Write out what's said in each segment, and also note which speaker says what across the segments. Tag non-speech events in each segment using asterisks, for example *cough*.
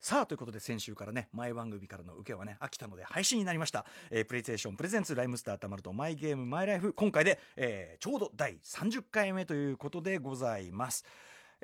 Speaker 1: さあということで先週からね前番組からの受けはね飽きたので配信になりました、えープレイステーションプレゼンツライムスターたまるとマイゲームマイライフ今回で、えーちょうど第30回目ということでございます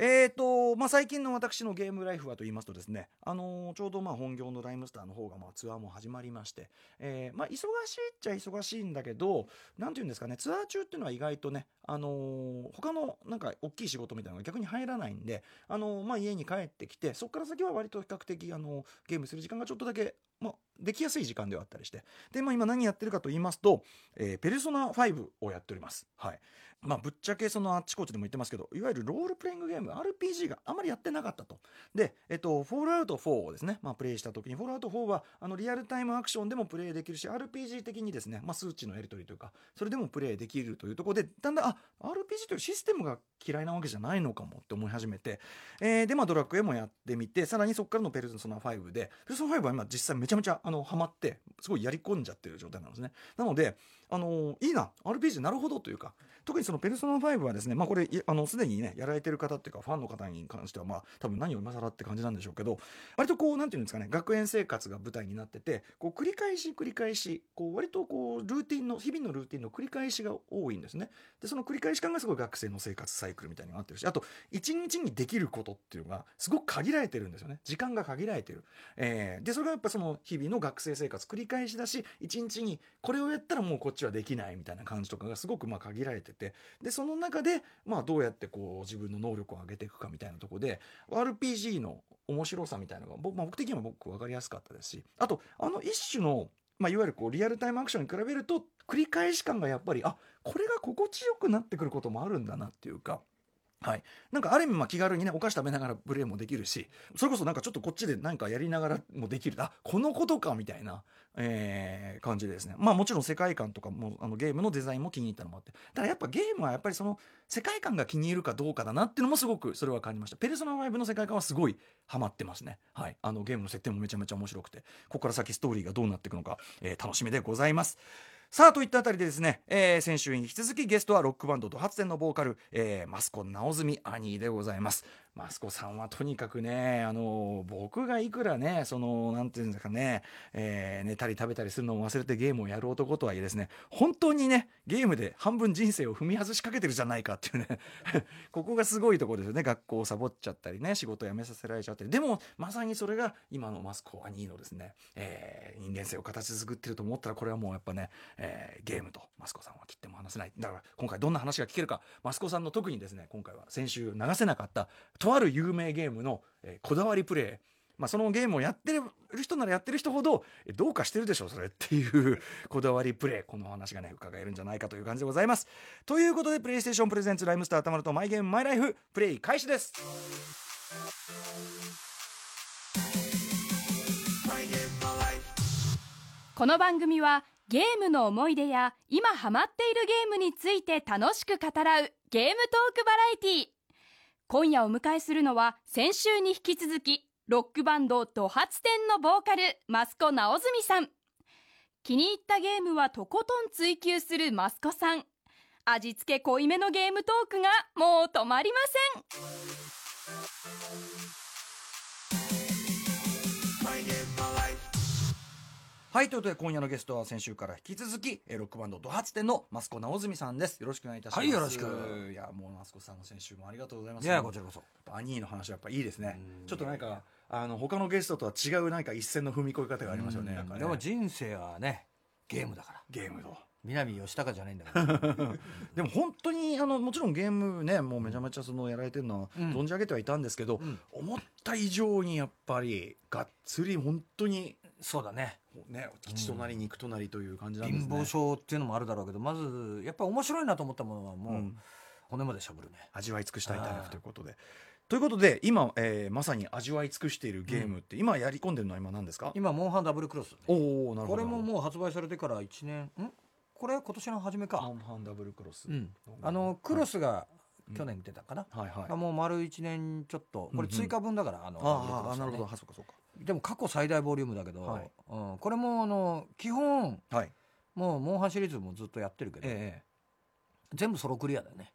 Speaker 1: えーとまあ、最近の私のゲームライフはと言いますとですね、あのーちょうどまあ本業のライムスターの方がまあツアーも始まりまして、えーまあ、忙しいっちゃ忙しいんだけどなんていうんですかねツアー中っていうのは意外とね、あのー他のなんか大きい仕事みたいなのが逆に入らないんで、あのーまあ、家に帰ってきてそこから先は割と比較的、あのーゲームする時間がちょっとだけ、まあ、できやすい時間ではあったりしてで、まあ、今何やってるかと言いますと「えーペルソナ5」をやっております。はいまあ、ぶっちゃけそのあっちこっちでも言ってますけどいわゆるロールプレイングゲーム RPG があまりやってなかったと。で、えっと、フォールアウト4をですね、まあ、プレイした時にフォールアウト4はあのリアルタイムアクションでもプレイできるし RPG 的にですね、まあ、数値のやり取りというかそれでもプレイできるというところでだんだんあ RPG というシステムが嫌いなわけじゃないのかもって思い始めて、えーで、まあ、ドラクエもやってみてさらにそこからのペルソナ5でペルソナ5は今実際めちゃめちゃあのハマってすごいやり込んじゃってる状態なんですね。なので、あのいいな RPG なるほどというか特にその「ペルソナ5」はですね、まあ、これいあのすでにねやられてる方っていうかファンの方に関してはまあ多分何を今更って感じなんでしょうけど割とこうなんていうんですかね学園生活が舞台になっててこう繰り返し繰り返しこう割とこうルーティンの日々のルーティンの繰り返しが多いんですね。でその繰り返し感がすごい学生の生活サイクルみたいになってるしあと一日にできることっていうのがすごく限られてるんですよね時間が限られてる、えーでそれがやっぱその日々の学生生活繰り返しだし一日にこれをやったらもうこっちはできないみたいな感じとかがすごくまあ限られててでその中でまあどうやってこう自分の能力を上げていくかみたいなとこで RPG の面白さみたいなのが僕,、まあ、僕的には僕分かりやすかったですしあとあの一種のまあ、いわゆるこうリアルタイムアクションに比べると繰り返し感がやっぱりあこれが心地よくなってくることもあるんだなっていうか。はい、なんかある意味まあ気軽にねお菓子食べながらプレイもできるしそれこそなんかちょっとこっちで何かやりながらもできるあこのことかみたいな、えー感じでですねまあもちろん世界観とかもあのゲームのデザインも気に入ったのもあってただやっぱゲームはやっぱりその世界観が気に入るかどうかだなっていうのもすごくそれは感じました「ペルソナ5」の世界観はすごいハマってますね、はい、あのゲームの設定もめちゃめちゃ面白くてここから先ストーリーがどうなっていくのか、えー楽しみでございますさあといったあたりでですね、えー先週に引き続きゲストはロックバンドドハツテンのボーカル、えーマスコ直澄アニーでございますマスコさんはとにかくねあの僕がいくらねそのなんていうんですかね、えー寝たり食べたりするのを忘れてゲームをやる男とはいえですね本当にねゲームで半分人生を踏み外しかけてるじゃないかっていうねここがすごいところですよね学校をサボっちゃったりね仕事を辞めさせられちゃってでもまさにそれが今のマスコアニーのですね、えー人間性を形作ってると思ったらこれはもうやっぱね、えーゲームとマスコさんは切っても離せないだから今回どんな話が聞けるかマスコさんの特にですね今回は先週流せなかったとある有名ゲームの、えーこだわりプレイまあ、そのゲームをやってる人ならやってる人ほどえどうかしてるでしょそれっていう *laughs* こだわりプレイこのお話がね伺えるんじゃないかという感じでございますということでプレイステーションプレゼンツライムスターたまるとマイゲームマイライフプレイ開始です
Speaker 2: この番組はゲームの思い出や今ハマっているゲームについて楽しく語らうゲームトークバラエティ今夜お迎えするのは先週に引き続きロックバンドド発展のボーカル益子直澄さん気に入ったゲームはとことん追求する益子さん味付け濃いめのゲームトークがもう止まりません
Speaker 1: はいということで今夜のゲストは先週から引き続きえーロックバンドドハツテンのマスコ直澄さんですよろしくお願いいたします
Speaker 3: はいよろしく
Speaker 1: いやもうマスコさんも先週もありがとうございます
Speaker 3: いやこちらこそ
Speaker 1: アニーの話はやっぱいいですね
Speaker 3: うん
Speaker 1: ちょっとなんかあの他のゲストとは違うなんか一線の踏み越え方がありますよねなんかね
Speaker 3: でも人生はねゲームだから
Speaker 1: ゲームの
Speaker 3: 南吉高じゃないんだから
Speaker 1: でも本当にあのもちろんゲームねもうめちゃめちゃそのやられてるのは
Speaker 3: うん
Speaker 1: 存じ上げてはいたんですけど、
Speaker 3: *laughs* うん
Speaker 1: 思った以上にやっぱりがっつり本当に
Speaker 3: そうだね
Speaker 1: ね基地となり肉となりという感じなんですね、
Speaker 3: 貧乏症っていうのもあるだろうけどまずやっぱ面白いなと思ったものはもう、
Speaker 1: うん
Speaker 3: 骨までしゃぶるね
Speaker 1: 味わい尽くしたいタイ
Speaker 3: あ
Speaker 1: プ
Speaker 3: ー
Speaker 1: ということで。ということで今、えーまさに味わい尽くしているゲームって、今やり込んでるのは今何ですか
Speaker 3: 今モンハンダブルクロス、ね、
Speaker 1: おおなるほど
Speaker 3: これももう発売されてから1年んこれ今年の初め
Speaker 1: ハ
Speaker 3: か、
Speaker 1: ンハンダブルクロス、
Speaker 3: うん、あのクロスが去年出たかな、
Speaker 1: はいはい
Speaker 3: まあもう丸1年ちょっとこれ追加分だから、あのダブルク
Speaker 1: あ
Speaker 3: ロ
Speaker 1: あ
Speaker 3: ス
Speaker 1: な
Speaker 3: は
Speaker 1: る
Speaker 3: ね
Speaker 1: ほどあそうかそう
Speaker 3: でも過去最大ボリュームだけど、
Speaker 1: はい
Speaker 3: うん、これもあの基本
Speaker 1: かはい
Speaker 3: もうモンハンシリーズもずっとやってるけど、
Speaker 1: ええ
Speaker 3: 全部ソロクリアだよね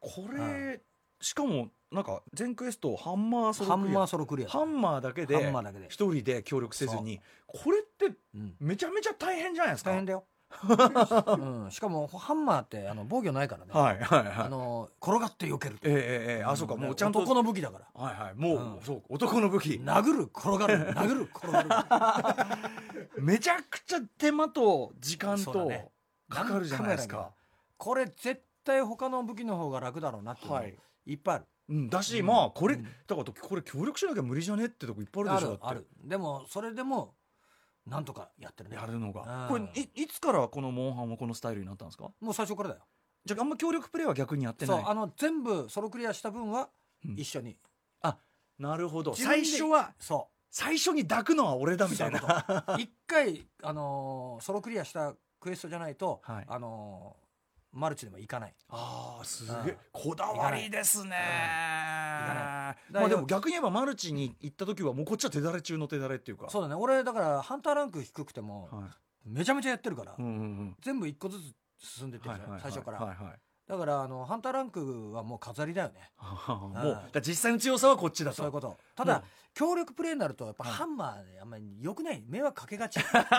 Speaker 1: これ、
Speaker 3: は
Speaker 1: しかもなんか全クエストハンマーソロ
Speaker 3: ハ
Speaker 1: ク
Speaker 3: ン
Speaker 1: リ
Speaker 3: マ
Speaker 1: ア
Speaker 3: ーソロクリア
Speaker 1: ハンマーだけ
Speaker 3: ハ
Speaker 1: で
Speaker 3: ンマーだけで
Speaker 1: 一人で協力せずにこれって
Speaker 3: うん
Speaker 1: めちゃめちゃ大変じゃないですか
Speaker 3: 大変だよ、うん、しかもハンマーってあの防御ないからね、
Speaker 1: はいはいは
Speaker 3: あ
Speaker 1: い
Speaker 3: の転がって避ける
Speaker 1: ええええええあそうかもうちゃんと
Speaker 3: 男の武器だから
Speaker 1: はいはいもう、
Speaker 3: うん
Speaker 1: そう男の武器
Speaker 3: 殴る転
Speaker 1: *laughs*
Speaker 3: がる殴る転がる
Speaker 1: めちゃくちゃ手間と時間
Speaker 3: そうだ
Speaker 1: と
Speaker 3: ね
Speaker 1: かかるじゃないですか、
Speaker 3: これ絶対他の武器の方が楽だろうなっていうの
Speaker 1: はい、
Speaker 3: いっぱいある
Speaker 1: うん、だし、
Speaker 3: うん
Speaker 1: まあこれ、
Speaker 3: うん
Speaker 1: だからこれ協力しなきゃ無理じゃねってとこいっぱいあるでしょだって
Speaker 3: あるでもそれでもなんとかやってるね
Speaker 1: やるのが、
Speaker 3: うん
Speaker 1: これいいつからこのモンハンはこのスタイルになったんですか
Speaker 3: もう最初からだよ
Speaker 1: じゃああんま協力プレイは逆にやって
Speaker 3: そ
Speaker 1: な
Speaker 3: う
Speaker 1: い
Speaker 3: あの全部ソロクリアした分は
Speaker 1: うん
Speaker 3: 一緒に、
Speaker 1: なるほど
Speaker 3: 自分
Speaker 1: 最
Speaker 3: で
Speaker 1: 初は
Speaker 3: そ
Speaker 1: 最初に抱くのは俺だ
Speaker 3: う
Speaker 1: みたい
Speaker 3: そう
Speaker 1: な
Speaker 3: うこと一回、あのーソロクリアしたクエストじゃないと、
Speaker 1: はい
Speaker 3: あのーマルチでもいかない
Speaker 1: あーす
Speaker 3: うん
Speaker 1: こだわりですね
Speaker 3: かない
Speaker 1: まあでも逆に言えばマルチに行った時はもうこっちは手だれ中の手だれっていうか
Speaker 3: そうだね俺だからハンターランク低くても
Speaker 1: は
Speaker 3: めちゃめちゃやってるから、
Speaker 1: い、うんうん
Speaker 3: 全部一個ずつ進んでっ
Speaker 1: うん
Speaker 3: てるじゃん、最初から、
Speaker 1: はいはいはい
Speaker 3: だからあのハンターランクはもう飾りだよね
Speaker 1: もう
Speaker 3: あー
Speaker 1: だから実際の強さはこっちだと
Speaker 3: そういうことた
Speaker 1: うん
Speaker 3: だ協力プレイになるとやっぱ
Speaker 1: はい
Speaker 3: ハンマーであんまり良くない迷惑かけがち
Speaker 1: *laughs*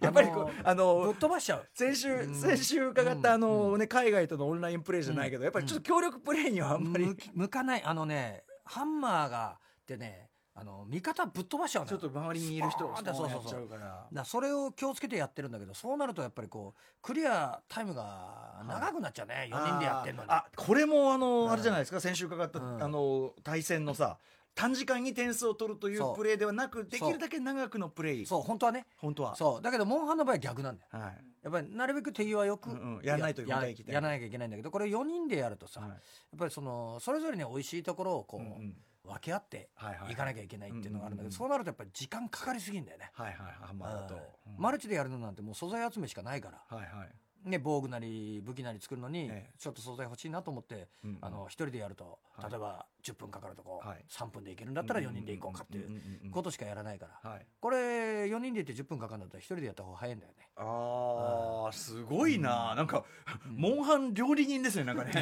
Speaker 1: やっぱりこうあ
Speaker 3: ぶ
Speaker 1: の
Speaker 3: っ飛ばしちゃう
Speaker 1: 先週
Speaker 3: うん
Speaker 1: 先週伺ったあ
Speaker 3: う
Speaker 1: の
Speaker 3: ん
Speaker 1: ね海外とのオンラインプレイじゃないけ
Speaker 3: う
Speaker 1: ど
Speaker 3: ん
Speaker 1: やっぱりちょっと協力プレイにはあんまり
Speaker 3: 向き向かないあのねハンマーがってねあの味方ぶっ飛ばしちゃうの
Speaker 1: ちょ
Speaker 3: よ
Speaker 1: っと周りにいる人を
Speaker 3: スパーンってそう
Speaker 1: や
Speaker 3: そ
Speaker 1: っ
Speaker 3: う
Speaker 1: ち
Speaker 3: そ
Speaker 1: ゃ
Speaker 3: う
Speaker 1: うから
Speaker 3: だからそれを気をつけてやってるんだけどそうなるとやっぱりこうクリアタイムが長くなっちゃうね、四4人でやってるのに
Speaker 1: あーあこれもあ
Speaker 3: う
Speaker 1: の
Speaker 3: ん
Speaker 1: あれじゃないですか先週伺った
Speaker 3: うん
Speaker 1: あの対戦のさ短時間に点数を取るとい
Speaker 3: そうう
Speaker 1: プレーではなくでき
Speaker 3: そ
Speaker 1: る
Speaker 3: う
Speaker 1: だけ長くのプレイ
Speaker 3: そう本当はね
Speaker 1: 本当は
Speaker 3: そうだけどモンハンの場合は逆なんだよ
Speaker 1: はい
Speaker 3: やっぱりなるべく手際よく、
Speaker 1: うんうんやらないといけない
Speaker 3: ややらなきゃいけないんだけどこれ4人でやるとさ、
Speaker 1: はい
Speaker 3: やっぱりそのそれぞれね美味しいところをこう、
Speaker 1: うんうん
Speaker 3: 分け合って
Speaker 1: はいはい
Speaker 3: いかなきゃいけないっていうのがあるん
Speaker 1: うんう
Speaker 3: だけど、
Speaker 1: んうん
Speaker 3: そうなるとやっぱり時間かかりすぎんだよね、
Speaker 1: はいはいハンマーだと
Speaker 3: うん
Speaker 1: うん
Speaker 3: マルチでやるのなんてもう素材集めしかないから、
Speaker 1: はいはい
Speaker 3: ね、防具なり武器なり作るのに
Speaker 1: ええ
Speaker 3: ちょっと素材欲しいなと思って、
Speaker 1: うん
Speaker 3: あの一人でやると、
Speaker 1: はい
Speaker 3: 例えば10分かかるとこ、
Speaker 1: はい
Speaker 3: 3分でいけるんだったら4人で行こうかってい
Speaker 1: ん
Speaker 3: うん
Speaker 1: んんん
Speaker 3: ことしかやらないから、
Speaker 1: はい
Speaker 3: これ4人で行って10分かかるんだったら1人でやった方が早いんだよね。
Speaker 1: あーすごいな、
Speaker 3: うん
Speaker 1: なんか、
Speaker 3: うん
Speaker 1: モンハン料理人ですねなん
Speaker 3: *laughs*
Speaker 1: かね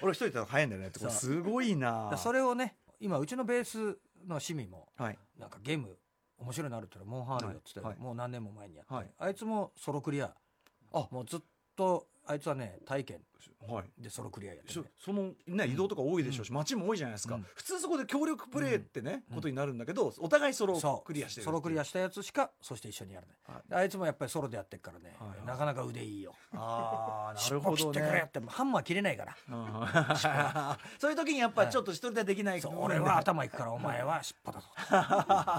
Speaker 1: 俺一人だと早いんだよねってこれ
Speaker 3: そ
Speaker 1: すごい
Speaker 3: だ
Speaker 1: な
Speaker 3: からそれをね今うちのベースの市民も
Speaker 1: はい
Speaker 3: なんかゲーム面白いのあるって言ったらモンハンあるよって言って、
Speaker 1: はい
Speaker 3: もう何年も前にやって、
Speaker 1: はい
Speaker 3: あいつもソロクリア
Speaker 1: あ
Speaker 3: もうずっとあいつはね体験
Speaker 1: はい
Speaker 3: でソロクリアやって
Speaker 1: そ
Speaker 3: る、
Speaker 1: そのね移動とか多いでしょうし、街も多いじゃないですか、
Speaker 3: うん
Speaker 1: 普通そこで協力プレーってね、
Speaker 3: うん
Speaker 1: ことになるんだけどお互いソロ
Speaker 3: そう
Speaker 1: クリアしてる
Speaker 3: ソロクリ
Speaker 1: ア
Speaker 3: アしたやつしかそして一緒にやるね
Speaker 1: はい
Speaker 3: であいつもやっぱりソロでやってっからね、
Speaker 1: はいはい
Speaker 3: なかなか腕いいよ
Speaker 1: あ
Speaker 3: *laughs*
Speaker 1: ーな
Speaker 3: 尻
Speaker 1: る
Speaker 3: 尾
Speaker 1: ほ
Speaker 3: 切っ
Speaker 1: ど
Speaker 3: てくれ
Speaker 1: ね
Speaker 3: ってハンマー切れないから
Speaker 1: うん
Speaker 3: *laughs*
Speaker 1: そういう時にやっぱちょっと一人ではできない
Speaker 3: そう
Speaker 1: 部分
Speaker 3: 俺
Speaker 1: で
Speaker 3: は頭いくからお前は尻尾だぞ
Speaker 1: *laughs*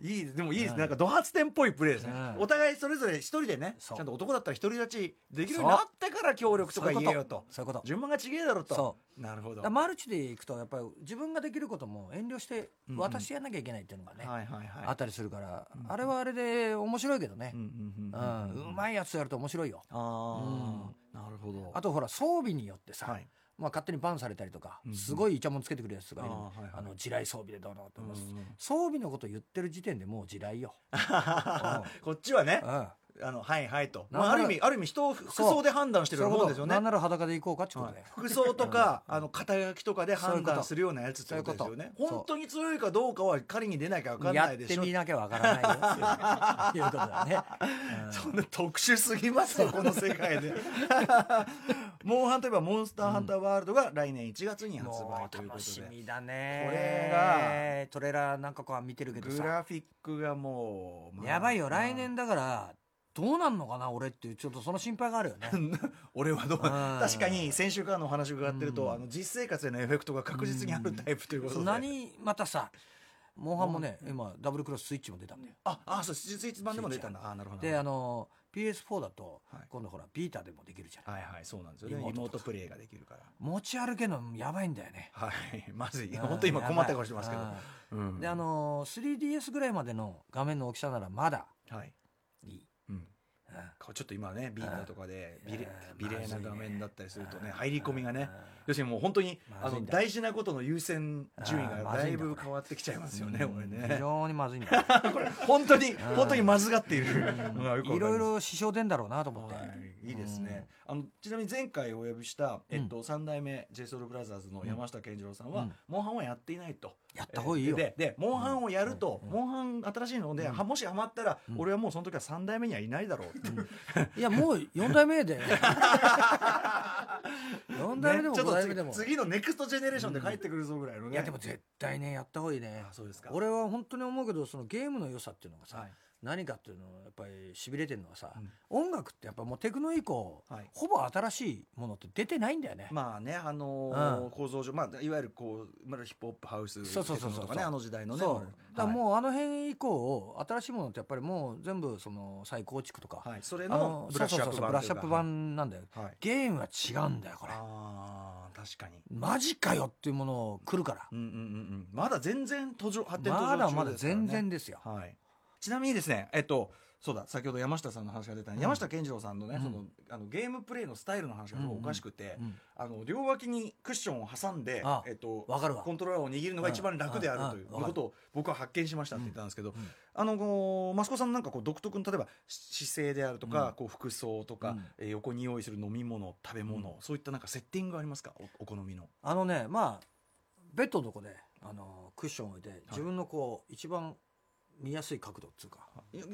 Speaker 1: いいですでもいいです、
Speaker 3: はい
Speaker 1: なんかド発点っぽいプレーですね、
Speaker 3: うん
Speaker 1: お互いそれぞれ一人でねち
Speaker 3: そう
Speaker 1: ゃんと男だったら独り立ちできるようになってから協力とか言えよと
Speaker 3: そういうこと
Speaker 1: 順番が違えだろと
Speaker 3: そ
Speaker 1: なるほど
Speaker 3: だからマルチで行くとやっぱり自分ができることも遠慮して
Speaker 1: うんうん
Speaker 3: 渡してやんなきゃいけないっていうのがね、
Speaker 1: はいはいはい
Speaker 3: あったりするから、
Speaker 1: うん
Speaker 3: あれはあれで面白いけどね
Speaker 1: う、ん
Speaker 3: う
Speaker 1: うんんうん
Speaker 3: う
Speaker 1: い
Speaker 3: まいやつやると面白いよ
Speaker 1: ああ、なるほど
Speaker 3: あとほら装備によってさ、
Speaker 1: はい
Speaker 3: まあ、勝手にバンされたりとか、
Speaker 1: うんうん
Speaker 3: すごいイチャモンつけてくるやつとかいる
Speaker 1: あーはいはい
Speaker 3: あの地雷装備でどうのっ
Speaker 1: う
Speaker 3: て
Speaker 1: ん
Speaker 3: 思
Speaker 1: う
Speaker 3: います、
Speaker 1: ん
Speaker 3: 装備のこと言ってる時点でもう地雷
Speaker 1: *laughs*
Speaker 3: よ、
Speaker 1: こっちはね
Speaker 3: うん、そう
Speaker 1: あのはいはいと、
Speaker 3: なん
Speaker 1: まあ、あ
Speaker 3: なら
Speaker 1: る意味ある意味人を服装で判断してるようなもんですよね
Speaker 3: なんなら裸で行こうかってこ
Speaker 1: は
Speaker 3: と
Speaker 1: い
Speaker 3: だよ、
Speaker 1: *laughs* 服装とか、あの肩書きとかで
Speaker 3: そうい
Speaker 1: 判
Speaker 3: うこと
Speaker 1: 断するようなやつってことですよね
Speaker 3: そういうこと
Speaker 1: 本当に強いかどうかは仮に出なきゃ分かん
Speaker 3: や
Speaker 1: な
Speaker 3: っ
Speaker 1: いでしてょ
Speaker 3: みなきゃわからない *laughs* よっていういうことだね、うん
Speaker 1: そんな特殊すぎますよこの世界で *laughs* モンハンといえば「モンスターハンターワールド」が来年1月に発
Speaker 3: も
Speaker 1: 売という
Speaker 3: う
Speaker 1: こと
Speaker 3: 楽し
Speaker 1: で
Speaker 3: みだね
Speaker 1: これが
Speaker 3: トレーラーなんかこう見てるけど
Speaker 1: グ
Speaker 3: さ
Speaker 1: ラフィックがもう、まあ
Speaker 3: やばいよ
Speaker 1: まあ
Speaker 3: 来年だからどうなんのかな俺っていうちょっとその心配があるよね
Speaker 1: *laughs* 俺はどう
Speaker 3: うん
Speaker 1: 確かに先週からのお話を伺ってると、
Speaker 3: うん
Speaker 1: あの実生活へのエフェクトが確実にあるタイプということで、
Speaker 3: 何またさモンハンもね今ダブルクロススイッチも出たんだよ
Speaker 1: ああそう実一版でも出たんだあなるほど
Speaker 3: であの PS4 だと
Speaker 1: はい
Speaker 3: 今度ほらビータでもできるじゃん
Speaker 1: はいはいそうなんですよね
Speaker 3: リモー
Speaker 1: 妹
Speaker 3: トとか
Speaker 1: プレイができるから
Speaker 3: 持ち歩けるのやばいんだよね
Speaker 1: はい *laughs* まずい
Speaker 3: うん
Speaker 1: 本当今困った顔してますけ
Speaker 3: や
Speaker 1: ど
Speaker 3: ばい
Speaker 1: うん
Speaker 3: うんであの 3DS ぐらいまでの画面の大きさならまだ
Speaker 1: はい
Speaker 3: いい
Speaker 1: うん
Speaker 3: うん
Speaker 1: こうちょっと今はねビーバーとかで
Speaker 3: うん
Speaker 1: ビレ
Speaker 3: うん
Speaker 1: ビレーな画面だったりするとね入り込みが
Speaker 3: うん
Speaker 1: ね要するにもう本当にあ
Speaker 3: まずい
Speaker 1: の
Speaker 3: んだ
Speaker 1: 大事なことの優先順位
Speaker 3: あー
Speaker 1: が
Speaker 3: ま
Speaker 1: だ
Speaker 3: ずい
Speaker 1: い
Speaker 3: んだ
Speaker 1: ぶ
Speaker 3: これ
Speaker 1: 変わってきちゃいますよね
Speaker 3: うん
Speaker 1: これ
Speaker 3: 非
Speaker 1: ね
Speaker 3: 常にまずい
Speaker 1: *laughs*
Speaker 3: んだ
Speaker 1: 本当に
Speaker 3: ん
Speaker 1: 本当にまずがっているのがよくわかり
Speaker 3: い
Speaker 1: ます
Speaker 3: ろいろ支障出んだろうなと思って、
Speaker 1: はい、いいですね、あのちなみに前回お呼びした、えっと三代目 j s o u l b r o t h e r s の山下健二郎さんは、
Speaker 3: うん
Speaker 1: モンハンはやっていないと。
Speaker 3: やった方がいいよ、
Speaker 1: えーででモンハンをやると、
Speaker 3: うん
Speaker 1: モンハン新しいので、
Speaker 3: うん
Speaker 1: はもしハマったら、
Speaker 3: うん
Speaker 1: 俺はもうその時は三代目にはいないだろうって、
Speaker 3: いやもう4代
Speaker 1: *laughs*
Speaker 3: 目で4代目で
Speaker 1: ね
Speaker 3: も
Speaker 1: ちょ
Speaker 3: 5
Speaker 1: っと
Speaker 3: 代
Speaker 1: 次
Speaker 3: 目でも、
Speaker 1: 次のネクストジェネレーションで帰ってくるぞぐらいのね、
Speaker 3: いやでも絶対ねやった方がいいね
Speaker 1: あそうですか
Speaker 3: 俺は本当に思うけどそのゲームの良さっていうのがさ、
Speaker 1: はい
Speaker 3: 何かっていうのはやっぱりしびれてるのはさ、
Speaker 1: うん
Speaker 3: 音楽ってやっぱもうテクノ以降、
Speaker 1: はい
Speaker 3: ほぼ新しいものって出てないんだよね、
Speaker 1: まあねあのー
Speaker 3: うん
Speaker 1: 構造上、まあ、いわゆるこうまだヒップホップハウス
Speaker 3: そうそうそうそう
Speaker 1: テクノとかねあの時代のね
Speaker 3: そう
Speaker 1: も
Speaker 3: だから
Speaker 1: う
Speaker 3: もうあの辺以降新しいものってやっぱりもう全部その再構築とか、
Speaker 1: はい、はいそれ
Speaker 3: あ
Speaker 1: の
Speaker 3: の
Speaker 1: ブラッシュアッ
Speaker 3: そう
Speaker 1: プ
Speaker 3: そ
Speaker 1: 版
Speaker 3: うそうそうブラッシュアップ
Speaker 1: という
Speaker 3: 版なんだよ
Speaker 1: かはい、
Speaker 3: ゲームは違うんだよこれ
Speaker 1: あー確かに
Speaker 3: マジかよっていうものを来るから
Speaker 1: うんうんうんうん、まだ全然途上発展途上
Speaker 3: まだま
Speaker 1: 中
Speaker 3: だ
Speaker 1: ですからね
Speaker 3: 全然ですよ、
Speaker 1: はい、ちなみにですねえっとそうだ先ほど山下さんの話が出た、
Speaker 3: ん
Speaker 1: 山下健二郎さんのね、
Speaker 3: うん
Speaker 1: そのあのゲームプレイのスタイルの話がすごいおかしくて、
Speaker 3: うん
Speaker 1: あの両脇にクッションを挟んで
Speaker 3: あ
Speaker 1: えっと、
Speaker 3: わかるわ
Speaker 1: コントローラーを握るのが一番楽であるという
Speaker 3: うんうんうん
Speaker 1: ことを僕は発見しましたって言ったんですけど、
Speaker 3: うんうん
Speaker 1: あのこう益子さんのなんかこう独特の例えばし姿勢であるとか、
Speaker 3: うん
Speaker 1: こう服装とか、
Speaker 3: うん
Speaker 1: えー横に用意する飲み物食べ物、そういったなんかセッティングありますかおお好みの。
Speaker 3: あのねまあベッドのとこであのクッションを置いて自分のこう一番見やすい角度っていうか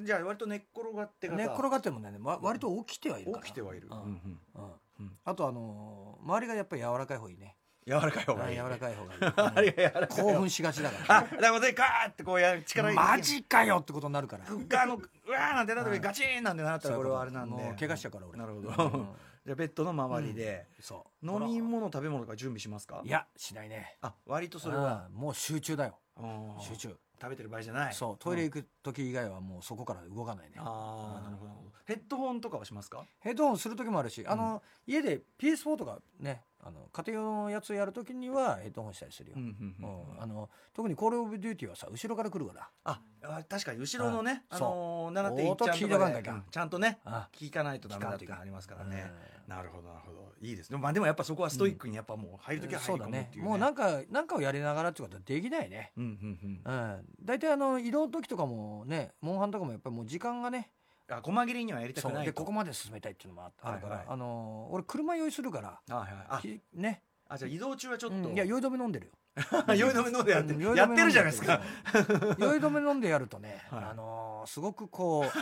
Speaker 1: じゃあ割と寝っ転がって
Speaker 3: 寝っ転がってもねわ割と起きてはいるから
Speaker 1: 起きてはいる、
Speaker 3: う
Speaker 1: うんうんん
Speaker 3: うん
Speaker 1: うん
Speaker 3: あとあのー周りがやっぱり柔らかい方がいいね
Speaker 1: 柔らかい方が
Speaker 3: はいい
Speaker 1: い
Speaker 3: 柔ら
Speaker 1: い
Speaker 3: かい方がいい
Speaker 1: *laughs* あれが柔らかい
Speaker 3: 興奮しがちだか
Speaker 1: あなるほどねガーってこうやる力
Speaker 3: ら
Speaker 1: 入れて
Speaker 3: マジかよってことになるから
Speaker 1: ガーのうわーなんてなった
Speaker 3: は
Speaker 1: 時
Speaker 3: い
Speaker 1: ガチーンなんてなった
Speaker 3: そう
Speaker 1: ら
Speaker 3: いう
Speaker 1: ことれはあれなんで
Speaker 3: もう怪我しちゃうから俺
Speaker 1: なるほど
Speaker 3: うん
Speaker 1: じゃあベッドの周りで、
Speaker 3: そう
Speaker 1: 飲み物食べ物とか準備しますか
Speaker 3: いやしないね
Speaker 1: あ割とそれは
Speaker 3: はもう集中だよ
Speaker 1: あー
Speaker 3: 集中
Speaker 1: 食べてる場合じゃない
Speaker 3: そうトイレ
Speaker 1: く、
Speaker 3: 行く時以外はもうそこから動かないね
Speaker 1: うんああなるほどなるほどヘッドホンとかはしますか
Speaker 3: ヘッドホンする時もあるしあの家で PS4 とかねあの家庭用のやつやる時にはヘッドホンしたりするよ
Speaker 1: うんうんうん
Speaker 3: うんあの特にコールオブデューティーはさ後ろから来るから
Speaker 1: ああ確かに後ろのね、
Speaker 3: うん
Speaker 1: あのー、
Speaker 3: そう
Speaker 1: 7.1ちゃん
Speaker 3: 音聞い
Speaker 1: と
Speaker 3: と
Speaker 1: か
Speaker 3: かん
Speaker 1: で、
Speaker 3: なきゃ
Speaker 1: うんちゃんとね
Speaker 3: あ
Speaker 1: 聞かないとダメだっていう
Speaker 3: 聞かんといかん
Speaker 1: ありますからね、なるほどなるほどいいですねまあでもやっぱそこはストイックにやっぱもう入る時は
Speaker 3: そ
Speaker 1: 入
Speaker 3: う
Speaker 1: り込
Speaker 3: だ
Speaker 1: むっ
Speaker 3: ね
Speaker 1: ていう,、ね
Speaker 3: もうなんかなんかをやりながらってことはできないね
Speaker 1: うんうんう
Speaker 3: うんん大体あの移動の時とかもねモンハンとかもやっぱりもう時間がね
Speaker 1: あ細切れにはやりたく
Speaker 3: そう
Speaker 1: ない
Speaker 3: で
Speaker 1: と
Speaker 3: ここまで進めたいっていうのもああるか
Speaker 1: は
Speaker 3: ら、
Speaker 1: いはい
Speaker 3: あのー俺車用意するから
Speaker 1: あはいはいあ
Speaker 3: ひね
Speaker 1: あじゃあ移動中はちょっと、
Speaker 3: うんいや酔い止め飲んでるよ *laughs*
Speaker 1: 酔い止め飲んでやって、
Speaker 3: うん酔い
Speaker 1: や
Speaker 3: 止
Speaker 1: っ
Speaker 3: め
Speaker 1: てるじゃないですか *laughs*
Speaker 3: うん酔い止め飲んでやるとね、
Speaker 1: はい
Speaker 3: あのーすごくこう
Speaker 1: *laughs*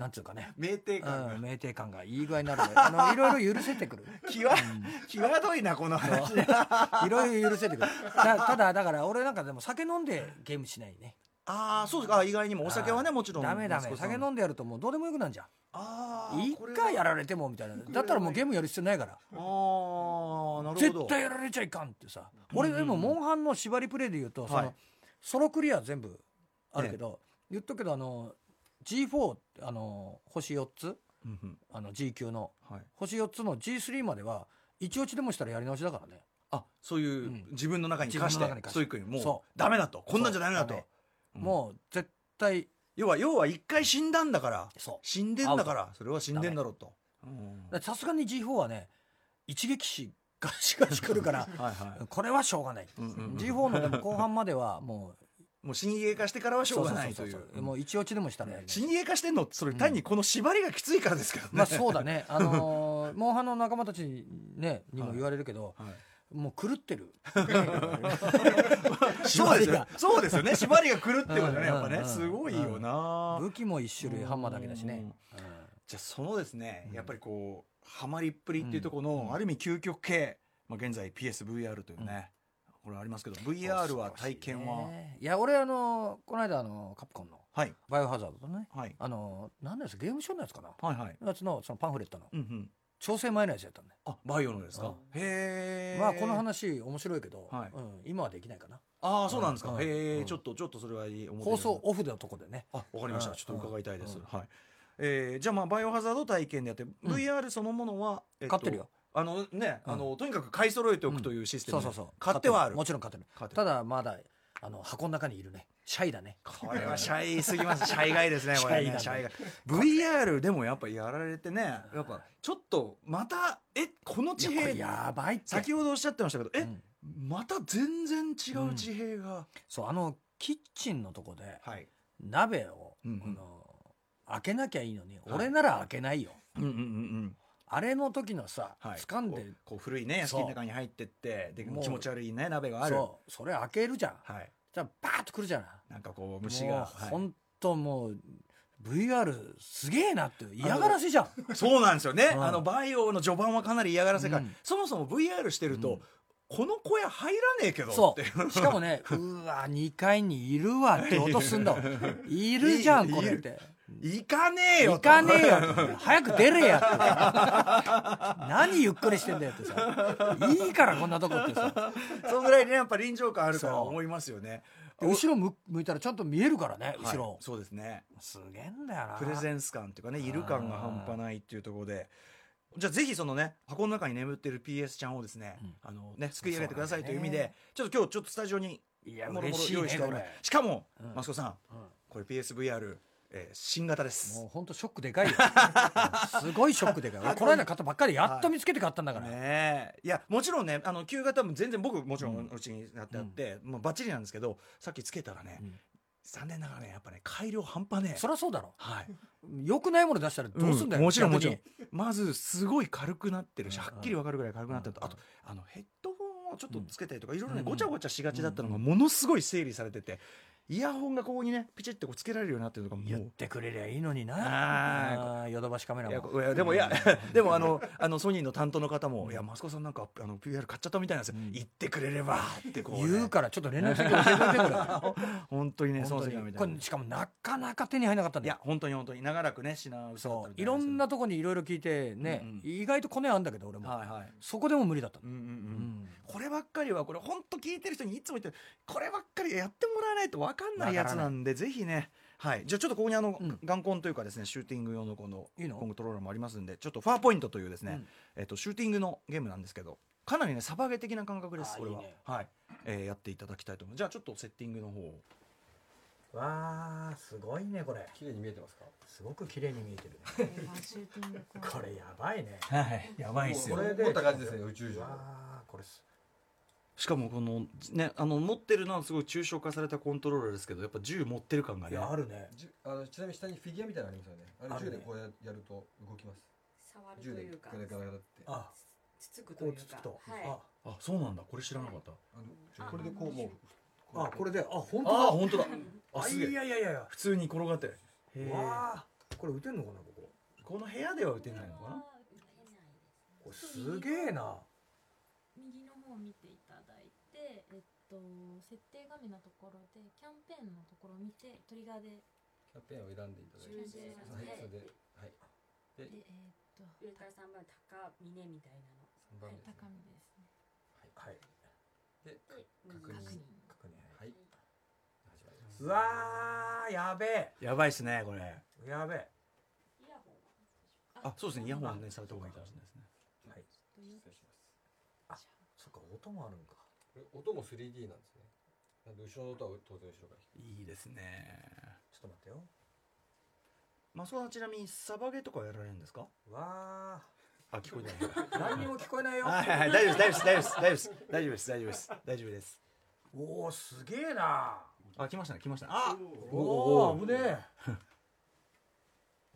Speaker 3: なんつうかね
Speaker 1: 酩酊感が、
Speaker 3: うん、酩酊感がいい具合になるねあのいろいろ許せてくる
Speaker 1: 際際どいなこの話ね
Speaker 3: いろいろ許せてくるたただだから俺なんかでも酒飲んでゲームしないね
Speaker 1: ああそうですかあ意外にもお酒はねもちろん
Speaker 3: ダメダメ酒飲
Speaker 1: ん
Speaker 3: んでやるともうどうでもよくなんじゃん
Speaker 1: ああ
Speaker 3: 一回やられてもみたいなだったらもうゲームやる必要ないから
Speaker 1: ああーなるほど
Speaker 3: 絶対やられちゃいかんってさ俺でもモンハンの縛りプレイで言うとそ
Speaker 1: はい
Speaker 3: のソロクリア全部あるけど言っとくけどあの G4 あの星4つ
Speaker 1: うんうん
Speaker 3: あの G 級の
Speaker 1: はい
Speaker 3: 星4つの G3 までは一落ちでもしたらやり直しだからね
Speaker 1: あそういう、
Speaker 3: うん
Speaker 1: 自分の中に課して
Speaker 3: 自分の中に課し
Speaker 1: ス
Speaker 3: て
Speaker 1: トイックにも
Speaker 3: そう
Speaker 1: ダメだとこんなんじゃダメだと
Speaker 3: そうダ
Speaker 1: うん
Speaker 3: もう絶対
Speaker 1: 要は要は一回死んだんだから
Speaker 3: そ
Speaker 1: 死んでんだからそれは死んでんだろうと、うん
Speaker 3: うだからさすがに G4 はね一撃死ガシガシ来るから
Speaker 1: はいはい
Speaker 3: これはしょうがない
Speaker 1: うんうんうん
Speaker 3: G4 のでも後半まではもう
Speaker 1: もう死に家化して *laughs* からはしょうがないとい
Speaker 3: そうそそそもう一落ちでもしたらやり直し
Speaker 1: 死に家化してんのってそれ単にこの縛りがきついからですけどね、
Speaker 3: まあそうだね、あのーモン *laughs* ハンの仲間たちに,、ね、にも言われるけど、
Speaker 1: はい
Speaker 3: もう狂ってる。
Speaker 1: *laughs* そうです
Speaker 3: 縛り
Speaker 1: よ
Speaker 3: が
Speaker 1: そうですよね縛りが狂ってことねやっぱ
Speaker 3: うん
Speaker 1: ね
Speaker 3: うんうん
Speaker 1: すごいよな
Speaker 3: 武器も一種類ハンマーだけだしね。
Speaker 1: じゃあそのですね、
Speaker 3: うん
Speaker 1: やっぱりこうハマりっぷりっていうところの、ある意味究極系、まあ、現在 PSVR というね、これありますけど VR は体験は、
Speaker 3: いや俺あのーこの間あのーカプコンの
Speaker 1: はい
Speaker 3: バイオハザードのね
Speaker 1: はい
Speaker 3: あのー何ですゲームショーのやつかな
Speaker 1: はいはい
Speaker 3: やつのそのパンフレットの
Speaker 1: うんうん
Speaker 3: 調整前のやつやったんで、
Speaker 1: あバイオのですか、
Speaker 3: うん
Speaker 1: へえ
Speaker 3: まあこの話面白いけど、
Speaker 1: はい
Speaker 3: うん、今はできないかな
Speaker 1: ああそうなんですか、
Speaker 3: うん
Speaker 1: へえ、
Speaker 3: うん
Speaker 1: ちょっとちょっとそれは思って
Speaker 3: 放送オフのとこでね
Speaker 1: あわかりました、
Speaker 3: うん
Speaker 1: ちょっと伺いたいです、
Speaker 3: うん
Speaker 1: はいえー、じゃあまあバイオハザード体験でやって VR そのものは、え
Speaker 3: 買ってるよ
Speaker 1: あのね、
Speaker 3: うん
Speaker 1: あのとにかく買い揃えておくというシステム
Speaker 3: そう
Speaker 1: で、
Speaker 3: そうそう
Speaker 1: 買ってはある
Speaker 3: もちろん買ってる
Speaker 1: 買ってる
Speaker 3: ただまだあの箱の中にいるねシャイだね
Speaker 1: これはシャイすぎ
Speaker 3: *laughs*
Speaker 1: ます。シャイ外ですね、これね。シ
Speaker 3: シ
Speaker 1: ャ
Speaker 3: ャ
Speaker 1: イ
Speaker 3: イ
Speaker 1: 外。VR でもやっぱやられてね、やっぱちょっとまた、え、この地
Speaker 3: いやこれ
Speaker 1: 平、
Speaker 3: やばいって
Speaker 1: 先ほどおっしゃってましたけど、
Speaker 3: う
Speaker 1: え、
Speaker 3: ん
Speaker 1: また全然違う地平が。
Speaker 3: そうあのキッチンのとこで
Speaker 1: はい。
Speaker 3: 鍋を、
Speaker 1: うんうん
Speaker 3: あの開けなきゃいいのに、
Speaker 1: い
Speaker 3: 俺なら開けないよ
Speaker 1: うんうんうんうん。
Speaker 3: あれの時のさ、
Speaker 1: はい。
Speaker 3: 掴ん
Speaker 1: こ
Speaker 3: で
Speaker 1: うこう古いね、屋敷の中に入ってって、で、
Speaker 3: もう
Speaker 1: 気持ち悪いね、鍋がある。
Speaker 3: そうそれ開けるじゃん
Speaker 1: はい。
Speaker 3: じゃあバーッとくるじゃない
Speaker 1: なんかこう、虫が。はい
Speaker 3: 本当もう VR すげえなって嫌がらせじゃ
Speaker 1: *laughs*
Speaker 3: ん
Speaker 1: そうなんですよね。
Speaker 3: うん
Speaker 1: あの、バイオの序盤はかなり嫌がらせが
Speaker 3: うん、
Speaker 1: そもそも VR してる
Speaker 3: う
Speaker 1: と
Speaker 3: ん、
Speaker 1: この小屋入らねえけどっ
Speaker 3: そ
Speaker 1: て *laughs* いう
Speaker 3: うしかもねうわ2階にいるわって音すん
Speaker 1: *laughs*
Speaker 3: だわいるじゃんこれって
Speaker 1: 行かねえよ
Speaker 3: 行
Speaker 1: と
Speaker 3: かねえよって早く出れやってさ何ゆっくりしてんだよってさいいからこんなとこってさ
Speaker 1: そのぐらいねやっぱ臨場感あるから
Speaker 3: そう
Speaker 1: 思いますよね。
Speaker 3: で後ろ向向いたらちゃんと見えるからね
Speaker 1: は
Speaker 3: 後
Speaker 1: い
Speaker 3: ろ、
Speaker 1: そうですね。
Speaker 3: すげえんだよな
Speaker 1: プレゼンス感っていうかねいる感が半端ないっていうところで。じゃあぜひそのね箱の中に眠ってる PS ちゃんをですね、
Speaker 3: うん
Speaker 1: あのね救い上げてくださいという意味で、
Speaker 3: そうなんだ
Speaker 1: ちょっと今日ちょっとスタジオに
Speaker 3: いや
Speaker 1: もろもろ
Speaker 3: 嬉しい
Speaker 1: 用
Speaker 3: ね
Speaker 1: 意してお
Speaker 3: こ
Speaker 1: りま
Speaker 3: れ
Speaker 1: す、しかも、
Speaker 3: うん
Speaker 1: マスコさん
Speaker 3: うん
Speaker 1: これ PSVR、えー新型です
Speaker 3: もう本当ショックでかいよ *laughs* すごいショックでかい俺この間買ったばっかりやっと見つけて買ったんだから、
Speaker 1: ねえいやもちろんねあの旧型も全然僕もちろんうちになってあって、もうバッチリなんですけどさっきつけたらね、
Speaker 3: うん
Speaker 1: 残念ながらねやっぱね改良半端ねえ
Speaker 3: そりゃそうだろ
Speaker 1: はい
Speaker 3: 良くないもの出したらどうすんだよ、
Speaker 1: もちろんも
Speaker 3: 逆
Speaker 1: ち
Speaker 3: に
Speaker 1: ろんまずすごい軽くなってるし
Speaker 3: うんうん
Speaker 1: はっきり分かるぐらい軽くなってると
Speaker 3: うん
Speaker 1: あ
Speaker 3: うん
Speaker 1: とあのヘッドホンをちょっとつけたりとかいろいろ
Speaker 3: う
Speaker 1: ね
Speaker 3: んうん
Speaker 1: ごちゃごちゃしがちだったのが
Speaker 3: う
Speaker 1: ものすごい整理されててイヤホンがここにねピチッてこうつけられるようになってるとかも
Speaker 3: 言っ
Speaker 1: う。
Speaker 3: てくれりゃいいのに
Speaker 1: あー
Speaker 3: なあーヨドバシカメラ
Speaker 1: いや
Speaker 3: も
Speaker 1: いやでもいや *laughs* でもあのあのソニーの担当の方も「いやマスコさんなんかあの PR 買っちゃったみたいなんですよ
Speaker 3: うん
Speaker 1: 言ってくれれば」ってこうね
Speaker 3: 言うからちょっと連絡先教えてくれてこれ
Speaker 1: *laughs* 本当にねそ
Speaker 3: 本
Speaker 1: の
Speaker 3: 当
Speaker 1: 時は
Speaker 3: に
Speaker 1: みた
Speaker 3: こ
Speaker 1: いな
Speaker 3: れしかもなかなか手に入らなかったん
Speaker 1: い
Speaker 3: だよ
Speaker 1: や本当に本当に長らくね品薄だったみ
Speaker 3: そう
Speaker 1: たで
Speaker 3: いろ
Speaker 1: すけど
Speaker 3: んなとこにいろいろ聞いてね、
Speaker 1: うんうん
Speaker 3: 意外とコネあんだけど俺も、
Speaker 1: はいはい
Speaker 3: そこでも無理だった
Speaker 1: う
Speaker 3: の
Speaker 1: んうん
Speaker 3: う
Speaker 1: うん
Speaker 3: ん
Speaker 1: こればっかりはこれ本当聞いてる人にいつも言ってるこればっかりやってもらわないと分かんないやつなんでぜひねはいじゃあちょっとここにあの、
Speaker 3: うん
Speaker 1: 眼コンというかですねシューティング用のこの
Speaker 3: いいの
Speaker 1: コントローラーもありますんでちょっとファーポイントというですね、
Speaker 3: うん
Speaker 1: えっとシューティングのゲームなんですけどかなりねサバゲ的な感覚です
Speaker 3: あー
Speaker 1: これは
Speaker 3: ね
Speaker 1: はい、えーやっていただきたいと思いますじゃあちょっとセッティングの方を
Speaker 3: わあすごいねこれ
Speaker 4: 綺麗に見えてますか
Speaker 3: すごく綺麗に見え *laughs* てるねこれやばいね
Speaker 1: はいやばいっす
Speaker 4: こ
Speaker 1: よ
Speaker 4: れ持った感じですね宇宙人
Speaker 3: わあこれす
Speaker 1: しかもこのねあの持ってるのはすごい抽象化されたコントローラーですけどやっぱ銃持ってる感が
Speaker 3: い
Speaker 1: ね
Speaker 3: やあるね
Speaker 4: じゅあのちなみに下にフィギュアみたいなのありますよねあ
Speaker 3: ある
Speaker 4: れ銃
Speaker 3: ね
Speaker 4: でこうややると動きます
Speaker 5: 触ると
Speaker 4: 銃で
Speaker 5: いうか
Speaker 4: ガラガラガラってあ
Speaker 3: あ
Speaker 5: つつくと
Speaker 3: こ
Speaker 5: いうう
Speaker 3: つ
Speaker 5: か
Speaker 3: くと、
Speaker 5: はい
Speaker 3: あ
Speaker 1: あそうなんだこれ知らなかった
Speaker 4: のこれでこうもう
Speaker 3: あこれであ本当だ
Speaker 1: ああ本当だあすげえ
Speaker 3: いやいやいやいや
Speaker 1: 普通に転がってる
Speaker 3: うわあこれ打てんのかなここ
Speaker 1: この部屋では打てないのかな
Speaker 3: これすげえな
Speaker 6: 右の方を見ていただいて、えっと、設定画面のところでキャンペーンのところを見てトリガーで、
Speaker 4: キャンペーンを選んでいただいて
Speaker 5: 銃
Speaker 4: は
Speaker 5: で
Speaker 4: いそれではい
Speaker 6: でえっと
Speaker 5: 上から三番高峰みたいなの
Speaker 4: 3番目ですね
Speaker 6: 高見ですね
Speaker 3: はい
Speaker 4: で
Speaker 5: で
Speaker 4: 確認
Speaker 6: 確認
Speaker 3: 確認
Speaker 4: はい始まります
Speaker 3: うわあやべえ
Speaker 1: やばいっすねこれ
Speaker 3: やべえ
Speaker 5: イヤホンは
Speaker 1: あそうですねイヤホンねされた方がいいかもしれないですね
Speaker 3: はい
Speaker 4: 失礼します
Speaker 3: そっか音もあるんか
Speaker 4: これ音も 3D なんですねなんで後ろの音は当然後ろから
Speaker 1: いいですね
Speaker 3: ちょっと待ってよ
Speaker 1: マスコさんちなみにサバゲとかはやられるんですか
Speaker 3: うわ
Speaker 1: あ聞こえ *laughs* て
Speaker 3: あ何にも聞こえないよ
Speaker 1: ないはいはい大丈夫です大丈夫です大丈夫です大丈夫です大丈夫です大丈夫です
Speaker 3: おおすげえな
Speaker 1: あ来ましたね来ましたねあ
Speaker 3: お
Speaker 1: お
Speaker 3: お
Speaker 1: ー
Speaker 3: 危ねえ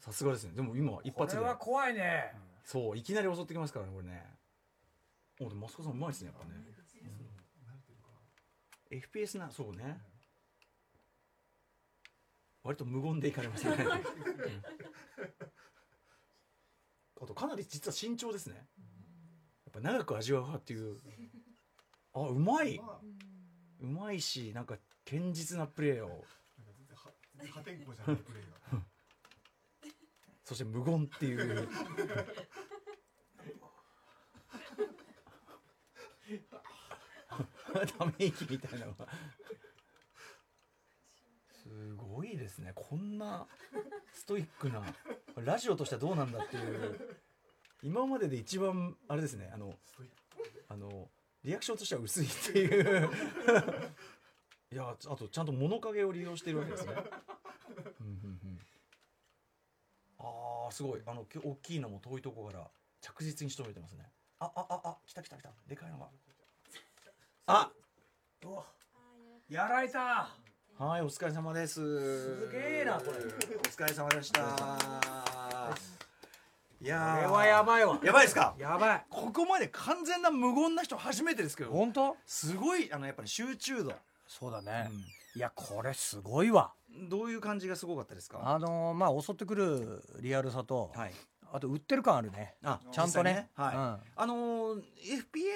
Speaker 1: さすがですねでも今一
Speaker 3: こ
Speaker 1: 発
Speaker 3: れ
Speaker 1: で
Speaker 3: は怖いね
Speaker 1: そういきなり襲ってきますからねこれねおでもマスコさんうまいですねやっぱね、うん FPS なそうね割と無言でいかれますねうんあとかなり実は慎重ですねやっぱ長く味わう派っていうあうまいうまいしなんか堅実なプレーを
Speaker 7: 破天荒じゃないプレーが。
Speaker 1: そして無言っていうため息みたいなのがすごいですねこんなストイックなラジオとしてはどうなんだっていう今までで一番あれですねあのあのリアクションとしては薄いっていういやあとちゃんと物陰を利用しているわけですね。うんうんうんああすごいあのき大きいのも遠いとこから着実に仕留めてますね。ああああ来た来た来たでかいのが。あ
Speaker 3: うわやられた
Speaker 1: はいお疲れ様です。す
Speaker 3: すげえなこれ
Speaker 1: お疲れ様でした。いや
Speaker 3: これはやばいわ
Speaker 1: いやばいですか。
Speaker 3: やばい
Speaker 1: ここまで完全な無言な人初めてですけど。
Speaker 3: 本当
Speaker 1: すごいあのやっぱり集中度。
Speaker 3: そうだね、いやこれすごいわ
Speaker 1: どういう感じがすごかったですか。
Speaker 3: あのーまあ襲ってくるリアルさと、
Speaker 1: はい。
Speaker 3: あと売ってる感あるね
Speaker 1: あ
Speaker 3: ちゃんとね
Speaker 1: 実際
Speaker 3: うん
Speaker 1: はい。あのー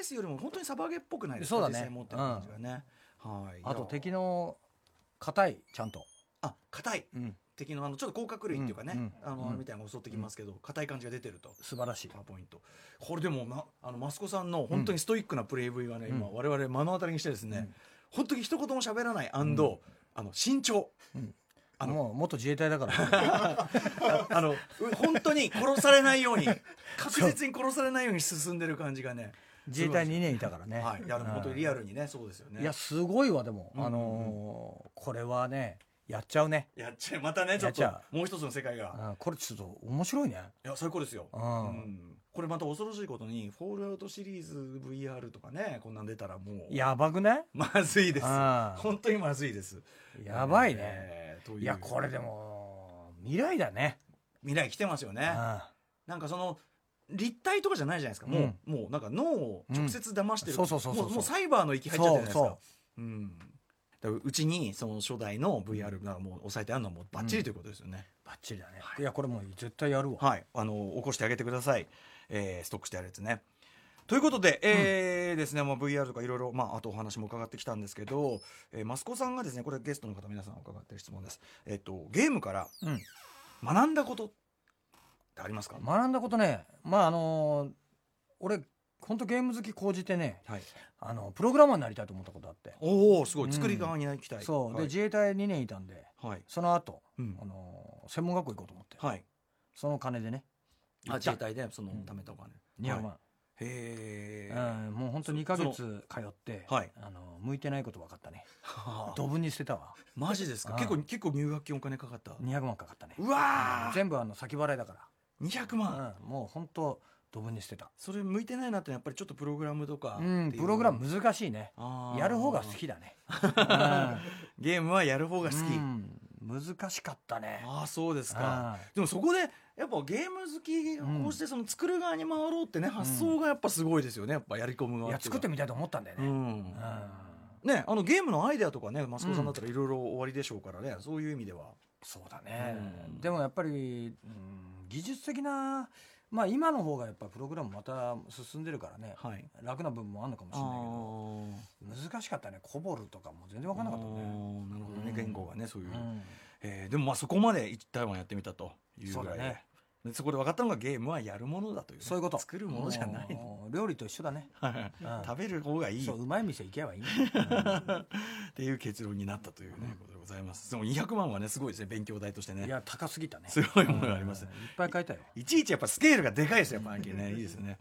Speaker 1: FPS よりも本当にサバゲーっぽくないですか。
Speaker 3: そうだね
Speaker 1: 実際持ってる感じがね。はい。
Speaker 3: あと敵
Speaker 1: の
Speaker 3: の硬いちゃんと、
Speaker 1: あ硬い
Speaker 3: うん、
Speaker 1: 敵のあのちょっと甲殻類っていうかね、
Speaker 3: うんうん
Speaker 1: あの、
Speaker 3: うん
Speaker 1: みたいなのが襲ってきますけど硬い感じが出てると。
Speaker 3: 素晴らしい
Speaker 1: パワーポイントこれでもなあのマスコさんの本当にストイックなプレイブイがね、今我々目の当たりにしてですね、本当に一言も喋らない、あの慎重あの
Speaker 3: もう元自衛隊だから
Speaker 1: ああのう本当に殺されないよう
Speaker 3: *laughs*
Speaker 1: に確実に殺されないように進んでる感じがね
Speaker 3: 自衛隊
Speaker 1: に
Speaker 3: 2年いたからね、
Speaker 1: はい、いやでも本当にリ
Speaker 3: ア
Speaker 1: アルにねそうですよね
Speaker 3: いやすごいわでも、
Speaker 1: うんうんうん
Speaker 3: あのーこれはねやっちゃうね、
Speaker 1: やっちゃうまたねちょっと
Speaker 3: やっちゃ
Speaker 1: もう一つの世界
Speaker 3: う
Speaker 1: が
Speaker 3: ん、これちょっと面白いね
Speaker 1: いや最高ですよ、
Speaker 3: う、
Speaker 1: うんん、これまた恐ろしいことに「フォールアウト」シリーズ VR とかねこんなん出たらもう
Speaker 3: やばくない
Speaker 1: まずいです
Speaker 3: あー
Speaker 1: 本当にまずいです
Speaker 3: やばいね、
Speaker 1: えーとう
Speaker 3: いやこれでも未来だね
Speaker 1: 未来来てますよねなんかその立体とかじゃないじゃないですか、もうもうなんか脳を直接騙してる、
Speaker 3: うんそうそうそうそう
Speaker 1: もうもうサイバーの域入っちゃってるじゃないですかうんだからうちにその初代の VR がもう押さえてあるのはもうバッチリということですよね、
Speaker 3: バッチリだね、い、やこれもう絶対やるわ、
Speaker 1: はいあの起こしてあげてください、えーストックしてあるやつねということで、えーですね、まあ、VR とかいろいろ、まあ、あとお話も伺ってきたんですけど、えー、マスコさんがですねこれゲストの方皆さん伺ってる質問です、えっとゲームから
Speaker 3: うん
Speaker 1: 学んだことってありますか、
Speaker 3: 学んだことねまああのー俺ほんとゲーム好き講じてね
Speaker 1: はい、
Speaker 3: あのプログラマーになりたいと思ったことあって、
Speaker 1: おおすごい作り側に行きたい、
Speaker 3: そう、
Speaker 1: はい
Speaker 3: で自衛隊2年いたんで
Speaker 1: はい、
Speaker 3: その後、
Speaker 1: うん
Speaker 3: あのー専門学校行こうと思って、
Speaker 1: はい、
Speaker 3: その金でね
Speaker 1: あ
Speaker 3: 行っ
Speaker 1: 自
Speaker 3: た
Speaker 1: 衛隊でその
Speaker 3: うん
Speaker 1: 貯めたお金、
Speaker 3: 200万、
Speaker 1: はいへえ、
Speaker 3: うん、もうほんと2ヶ月通って、
Speaker 1: そのはい
Speaker 3: あのー向いてないこと分かったね
Speaker 1: *laughs* はあ
Speaker 3: ドブに捨てたわ
Speaker 1: マジですか
Speaker 3: うん
Speaker 1: 結構結構入学金お金かかった
Speaker 3: 200万かかったね
Speaker 1: うわー
Speaker 3: 全部あの先払いだか
Speaker 1: 200
Speaker 3: ら、
Speaker 1: 万
Speaker 3: うん、もうほんとドブに捨てた
Speaker 1: それ向いてないなってやっぱりちょっとプログラムとか
Speaker 3: うん、プログラム難しいね。やる方が好きだね。
Speaker 1: ゲームはやる *laughs* 方が好き
Speaker 3: うん難しかったね。
Speaker 1: ああそうですか
Speaker 3: あ
Speaker 1: でもそこでやっぱゲーム好きがこうしてその作る側に回ろうってね発想がやっぱすごいですよねやっぱやり込む
Speaker 3: ーい
Speaker 1: 側
Speaker 3: や作ってみたいと思ったんだよ
Speaker 1: う
Speaker 3: ね。
Speaker 1: ん
Speaker 3: うん
Speaker 1: ねあのゲームのアイデアとかねマスコさんだったらいろいろ終わりでしょうからねそういう意味では
Speaker 3: そうだね
Speaker 1: うん。
Speaker 3: でもやっぱりうん技術的なまあ今の方がやっぱプログラムまた進んでるからね。
Speaker 1: はい
Speaker 3: 楽な部分もあるのかもしれな
Speaker 1: ー
Speaker 3: いけど難しかったね。コボルとかも全然分かんなかったね。
Speaker 1: あーなるほどね、
Speaker 3: うん
Speaker 1: 言語がねそういう、
Speaker 3: うん
Speaker 1: えーでもまあそこまで一台湾やってみたという
Speaker 3: そう
Speaker 1: ぐら
Speaker 3: だ
Speaker 1: いで
Speaker 3: ね。
Speaker 1: でそこで分かったのがゲームはやるものだというね、
Speaker 3: そういうこと。
Speaker 1: 作るものじゃないの
Speaker 3: もう料理と一緒だね。
Speaker 1: はい
Speaker 3: うん
Speaker 1: 食べる方がいい
Speaker 3: そう
Speaker 1: っ
Speaker 3: うまい店行けばいいんだよ。
Speaker 1: ていう結論になったというね、ことでございますでも200万はねすごいですね勉強代として
Speaker 3: うん
Speaker 1: ね
Speaker 3: いや高すぎたね。
Speaker 1: すごいものがあります
Speaker 3: うんいっぱい買いたよ。
Speaker 1: いちいちやっぱスケールがでかいですよやっぱアンケートねいいですね、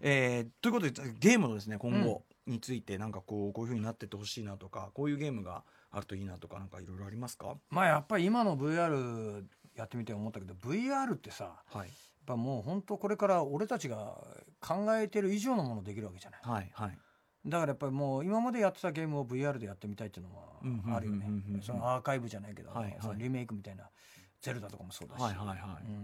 Speaker 1: えーということでゲームのですね今後についてなんかこうこういうふうになってってほしいなとかこういうゲームがあるといいなとかなんかいろいろありますか
Speaker 3: まあやっぱり今の VR やってみて思ったけど VR ってさやっ
Speaker 1: はい
Speaker 3: ぱもう本当これから俺たちが考えてる以上のものできるわけじゃない
Speaker 1: はいはい
Speaker 3: だからやっぱりもう今までやってたゲームを VR でやってみたいっていうのはあるよね
Speaker 1: うんうんうんうんうん
Speaker 3: そのアーカイブじゃないけど、
Speaker 1: はいはい
Speaker 3: そのリメイクみたいなゼルダとかもそうだし、
Speaker 1: はいはいは
Speaker 3: う
Speaker 1: い、
Speaker 3: ん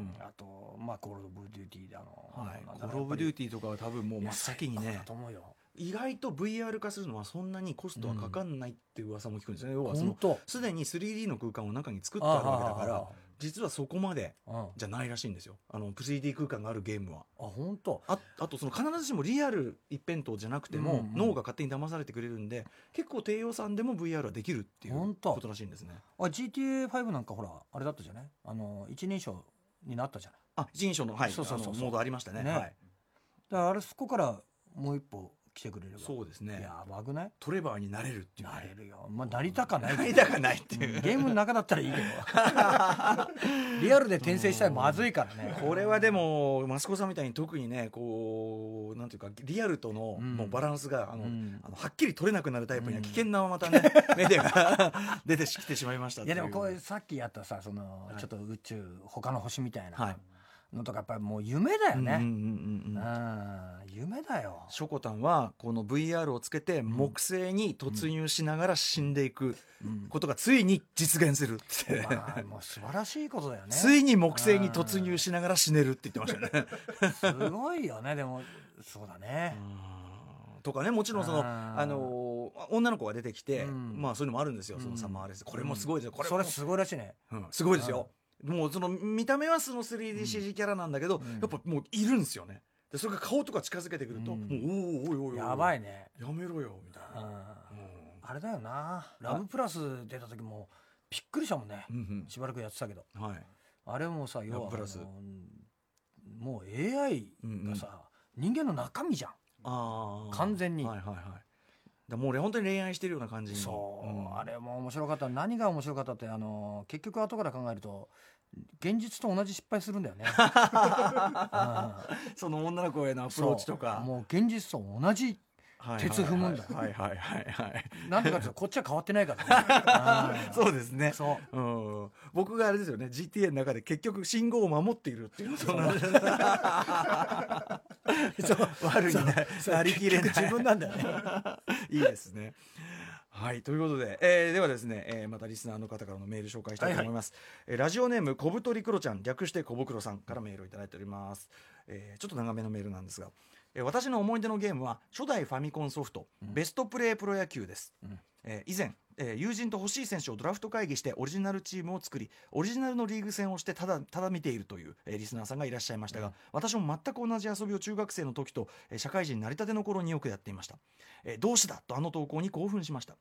Speaker 1: うん
Speaker 3: あとまあコールド・オブ・デューティーだの、
Speaker 1: はい
Speaker 3: なん、だ
Speaker 1: コ
Speaker 3: ろ
Speaker 1: ール・オブ・デュー
Speaker 3: テ
Speaker 1: ティーとかは多分もう真っ先にね
Speaker 3: だと思うよ
Speaker 1: 意外と VR 化するのはそんなにコストはかかんないって噂も聞くんですよね、要はそ
Speaker 3: 本
Speaker 1: の
Speaker 3: 当
Speaker 1: すでに 3D の空間を中に作ってあるわけだから実はそこまで
Speaker 3: ああああああうん
Speaker 1: じゃないらしいんですよあの 3D 空間があるゲームは。
Speaker 3: あ本当
Speaker 1: ああとその必ずしもリアル一辺倒じゃなくても、
Speaker 3: うんうん
Speaker 1: 脳が勝手に騙されてくれるんで結構低予算でも VR はできるっていう
Speaker 3: ほんと
Speaker 1: ことらしいんですね。
Speaker 3: あ GTA5 なんかほらあれだったじゃないあの一人称になったじゃない
Speaker 1: あ一人称の,、はい、
Speaker 3: そうそうそうそう
Speaker 1: あのモードありましたね。
Speaker 3: ね
Speaker 1: はい、
Speaker 3: だからあれそこからもう一歩来てくれれば
Speaker 1: そうですね
Speaker 3: やばくない
Speaker 1: トレバーになれるっていう
Speaker 3: な
Speaker 1: *laughs*
Speaker 3: れるよまあなりたかない
Speaker 1: な
Speaker 3: け
Speaker 1: り
Speaker 3: ど
Speaker 1: たくないって
Speaker 3: う
Speaker 1: い
Speaker 3: ん
Speaker 1: う
Speaker 3: ゲームの中だったらい
Speaker 1: *laughs*
Speaker 3: いけどリアルで転生したらまずいからね
Speaker 1: これはでも益子さんみたいに特にねこうなんていうかリアルとの
Speaker 3: うん
Speaker 1: もうバランスがあの、
Speaker 3: うん
Speaker 1: あのはっきり取れなくなるタイプに
Speaker 3: う
Speaker 1: は
Speaker 3: ん
Speaker 1: 危険なまたね、目でが出てきてしまいました
Speaker 3: いやでもこう
Speaker 1: と
Speaker 3: い
Speaker 1: いう
Speaker 3: さっきやったさその、
Speaker 1: はい
Speaker 3: ちょっと宇宙他の星みたい
Speaker 1: はい
Speaker 3: なのとかやっぱりもう夢だよ
Speaker 1: うんうん
Speaker 3: ね、
Speaker 1: うん
Speaker 3: う
Speaker 1: うんんうん
Speaker 3: 夢だよ
Speaker 1: しょこたんはこの VR をつけて木星に突入しながら死んでいく
Speaker 3: うん
Speaker 1: ことがついに実現するって、
Speaker 3: まあもう素晴らしいことだよね
Speaker 1: ついに木星に突入しながら死ねるって言ってましたね。
Speaker 3: すごいよねでもそうだね、
Speaker 1: うんとかねもちろんその
Speaker 3: あ
Speaker 1: あ
Speaker 3: ー
Speaker 1: のー女の子が出てきて、
Speaker 3: うん
Speaker 1: まあそういうのもあるんですよそのサマーレス、これもすごいですよこれ
Speaker 3: そ
Speaker 1: も
Speaker 3: れすごいらしいね
Speaker 1: うんすごいですよ、もうその見た目はその 3DCG キャラなんだけど、
Speaker 3: うん
Speaker 1: やっぱもういるんですよねでそれが顔とか近づけてくると、
Speaker 3: うん
Speaker 1: もうおいおいおいおい
Speaker 3: やば
Speaker 1: い
Speaker 3: いね、
Speaker 1: やめろよみたい
Speaker 3: う
Speaker 1: な、
Speaker 3: ん
Speaker 1: う
Speaker 3: あれだよな「ラブプラス」出た時もびっくりしたもんね
Speaker 1: んうん
Speaker 3: しばらくやってたけど
Speaker 1: うんはい
Speaker 3: あれもさ要
Speaker 1: ラ
Speaker 3: は
Speaker 1: ブプラス
Speaker 3: あのもう AI がさ、人間の中身じゃん
Speaker 1: あー
Speaker 3: 完全に
Speaker 1: はいはいはいだからもう俺本当に恋愛してるような感じに
Speaker 3: そう、
Speaker 1: ん
Speaker 3: あれも面白かった何が面白かったってあの結局後から考えると現実と同じ失敗するん
Speaker 1: *laughs*
Speaker 3: だよね、
Speaker 1: その女の子へのア
Speaker 3: うん
Speaker 1: プローチとか
Speaker 3: そうもう現実と同じ
Speaker 1: はいはいはい
Speaker 3: 鉄踏むんだ
Speaker 1: はいはいはいはい、
Speaker 3: なんでかっていうとこっちは変わってないから、ね
Speaker 1: *laughs* そうですね
Speaker 3: そう
Speaker 1: うん、僕があれですよね GTA の中で結局信号を守っているっていうそ
Speaker 3: *laughs*
Speaker 1: のそう悪いななりきれない
Speaker 3: 結局自分なんだよね
Speaker 1: *laughs* いいですねはいということで、えーではですね、えーまたリスナーの方からのメール紹介したいと思います、えーラジオネーム小太りクロちゃん略して小袋さんからメールをいただいております、えーちょっと長めのメールなんですが、えー私の思い出のゲームは初代ファミコンソフト、ベストプレープロ野球です、えー以前、えー友人と欲しい選手をドラフト会議してオリジナルチームを作りオリジナルのリーグ戦をしてただただ見ているという、えーリスナーさんがいらっしゃいましたが、私も全く同じ遊びを中学生の時と、えー社会人になりたての頃によくやっていました、えーどうしてだとあの投稿に興奮しました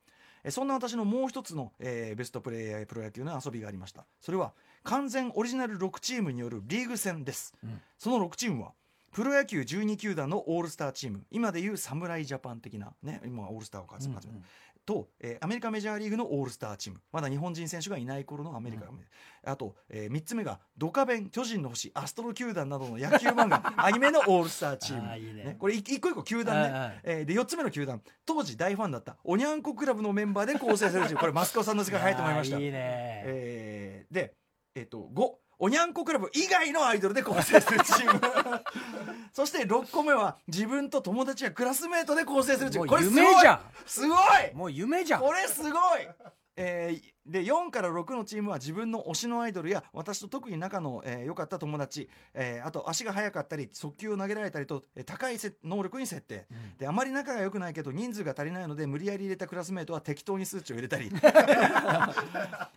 Speaker 1: えーそんな私のもう一つの、えーベストプレイヤープロ野球の遊びがありましたそれは完全オリジナル6チームによるリーグ戦です、
Speaker 3: うん
Speaker 1: その6チームはプロ野球12球団のオールスターチーム今でいう侍ジャパン的な、ね、今オールスターを始めた、と、えーアメリカメジャーリーグのオールスターチームまだ日本人選手がいない頃のアメリカ、あと、え3つ目がドカベン巨人の星アストロ球団などの野球漫
Speaker 3: *laughs*
Speaker 1: 画アニメのオールスターチーム
Speaker 3: あーいいね
Speaker 1: ね、これ一一個一個球団ね、えーで4つ目の球団当時大ファンだったおにゃんこクラブのメンバーで構成されるチームこ
Speaker 3: *laughs*
Speaker 1: れマスコさんの世界入ってまいりました
Speaker 3: あーいいね、
Speaker 1: えーで、えっと5おにゃんこクラブ以外のアイドルで構成するチーム
Speaker 3: *laughs*
Speaker 1: そして6個目は自分と友達やクラスメートで構成するチーム
Speaker 3: も
Speaker 1: こ
Speaker 3: う
Speaker 1: れすごい
Speaker 3: 夢じゃん
Speaker 1: すごい
Speaker 3: もう夢じゃん
Speaker 1: これすごいえーで4から6のチームは自分の推しのアイドルや私と特に仲のえー良、かった友達、えーあと足が速かったり速球を投げられたりと、えー高いせ能力に設定、であまり仲が良くないけど人数が足りないので無理やり入れたクラスメートは適当に数値を入れたり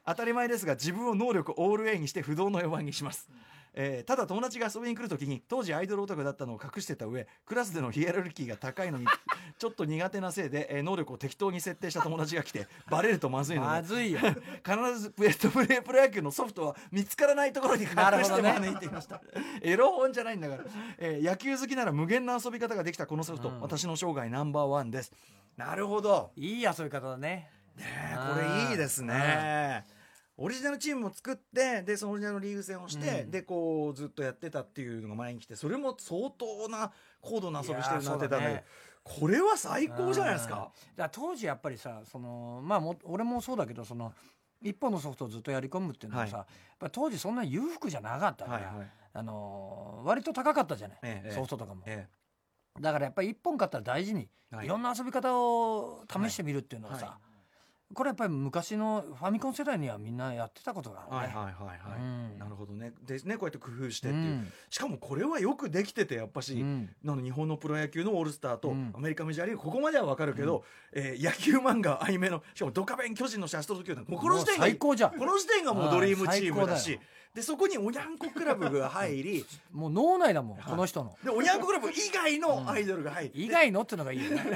Speaker 1: 当たり前ですが自分を能力オール A にして不動の4番にします、えーただ友達が遊びに来るときに当時アイドルオタクだったのを隠してた上クラスでのヒエラルキーが高いのに *laughs* ちょっと苦手なせいで、えー能力を適当に設定した友達が来てバレるとまずいの
Speaker 3: ま
Speaker 1: で
Speaker 3: ずいよ
Speaker 1: 必ずプレートプレープロ野球のソフトは見つからないところに隠
Speaker 3: なる
Speaker 1: し
Speaker 3: ほ
Speaker 1: て
Speaker 3: どね
Speaker 1: 招いていました、
Speaker 3: *laughs*
Speaker 1: エロ本じゃないんだから、えー野球好きなら無限な遊び方ができたこのソフト、
Speaker 3: うん
Speaker 1: 私の生涯ナンバーワンですなるほど
Speaker 3: いい遊び方だね
Speaker 1: ねこれいいですね。オリジナルチームを作ってでそのオリジナルリーグ戦をして、
Speaker 3: うん
Speaker 1: でこうずっとやってたっていうのが前に来てそれも相当な高度な遊びしてる
Speaker 3: い
Speaker 1: な
Speaker 3: やー
Speaker 1: ってた
Speaker 3: そうだ
Speaker 1: ね
Speaker 3: ね
Speaker 1: これは最高じゃないですか。
Speaker 3: うんだら当時やっぱりさそのまあも俺もそうだけどその一本のソフトをずっとやり込むっていうのはさ、
Speaker 1: は
Speaker 3: やっぱり当時そんな裕福じゃなかったから、
Speaker 1: はいはい
Speaker 3: あのー割と高かったじゃない、
Speaker 1: ええ
Speaker 3: ソフトとかも、
Speaker 1: え
Speaker 3: だからやっぱり一本買ったら大事に、、
Speaker 1: えはい
Speaker 3: ろんな遊び方を試してみるっていうのはさ、
Speaker 1: は
Speaker 3: これやっぱり昔のファミコン世代にはみんなやってたことがあ
Speaker 1: はい
Speaker 3: る
Speaker 1: はい
Speaker 3: ね。
Speaker 1: はいはい、
Speaker 3: うん
Speaker 1: なるほどねでねこうやって工夫して
Speaker 3: う
Speaker 1: っていう、
Speaker 3: ん
Speaker 1: しかもこれはよくできててやっぱし、
Speaker 3: うん
Speaker 1: なの日本のプロ野球のオールスターと
Speaker 3: うん
Speaker 1: アメリカメジャーリーグここまでは分かるけど、えー野球漫画アニメのしかも「ドカベン巨人のシャストロ球団」もうこの時点
Speaker 3: もう最
Speaker 1: が
Speaker 3: 高じゃん
Speaker 1: この時点がもうドリームチームだ
Speaker 3: 最
Speaker 1: し
Speaker 3: 高
Speaker 1: でそこにおにゃんこクラブが入り
Speaker 3: もう脳内だもんこの人の
Speaker 1: でおにゃんこクラブ以外のアイドルが入り、
Speaker 3: 以外のっていうのがいいよね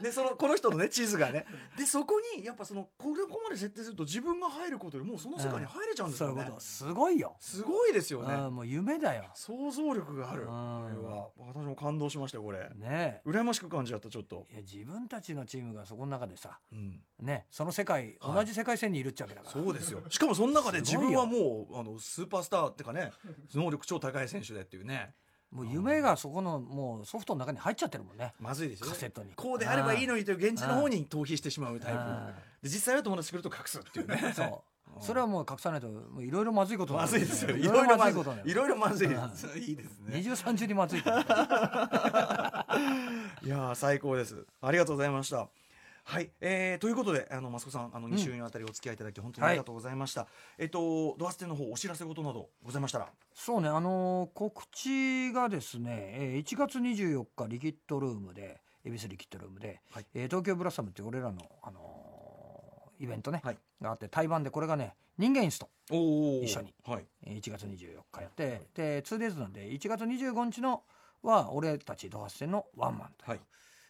Speaker 1: でそのこの人のね地図がねでそこにやっぱそのこれここまで設定すると自分が入ることよりもう *laughs* その世界に入れちゃうんです
Speaker 3: そう
Speaker 1: よ
Speaker 3: いう
Speaker 1: ね、
Speaker 3: ことすごいよ
Speaker 1: すごいですよ
Speaker 3: う
Speaker 1: ね
Speaker 3: んもう夢だよ
Speaker 1: 想像力がある
Speaker 3: うん
Speaker 1: これは私も感動しましたよこれ
Speaker 3: ね
Speaker 1: 羨ましく感じちゃったちょっと
Speaker 3: え、いや自分たちのチームがそこの中でさ
Speaker 1: うん、
Speaker 3: ねその世界
Speaker 1: はい
Speaker 3: 同じ世界線にいるっちゃわけだから
Speaker 1: そう
Speaker 3: *laughs*
Speaker 1: ですよしかもその中です自
Speaker 3: ごい
Speaker 1: 分
Speaker 3: よ
Speaker 1: はもうあのスーパースターっていうかね能力超高い選手でっていうね
Speaker 3: もう夢がそこのもうソフトの中に入っちゃってるもんね
Speaker 1: まずいですよ
Speaker 3: カセッ
Speaker 1: ね
Speaker 3: トに
Speaker 1: こうであればいい
Speaker 3: に
Speaker 1: のにという現実の方に逃避してしまうタイプ
Speaker 3: イ
Speaker 1: で実際は友達作ると隠すっていうね
Speaker 3: *laughs* そう
Speaker 1: うん
Speaker 3: それはもう隠さないともういろいろまずいことにな
Speaker 1: ま
Speaker 3: る
Speaker 1: ずいですよ。
Speaker 3: い
Speaker 1: い
Speaker 3: ろ
Speaker 1: ろ
Speaker 3: い
Speaker 1: い
Speaker 3: ろ
Speaker 1: ろ
Speaker 3: ま
Speaker 1: まず。
Speaker 3: ずいことにない
Speaker 1: い
Speaker 3: る
Speaker 1: ろいろまずいです。 *laughs* いいです
Speaker 3: 二
Speaker 1: ね。
Speaker 3: 重三重にまずいことになる
Speaker 1: いやー最高です。ありがとうございました。はい、えーということで、あの、マスコさん、あの、2週にわたりお付き合いいただき、本当にありがとうございました。えっと、ドアステの方、お知らせ事など、ございましたら。
Speaker 3: そうね、あのー告知がですね、えー1月24日リキッドルームで、恵比寿リキッドルームで、
Speaker 1: はい
Speaker 3: えー東京ブラサムっていう俺らの、あのーイベントね、
Speaker 1: はい
Speaker 3: があって、対バンでこれがね、人間椅子と
Speaker 1: お
Speaker 3: ー一緒に。
Speaker 1: はい。
Speaker 3: えー1月24日やって、で、2days なんで、1月25日のは俺たちドハス戦のワンマンと、
Speaker 1: はい。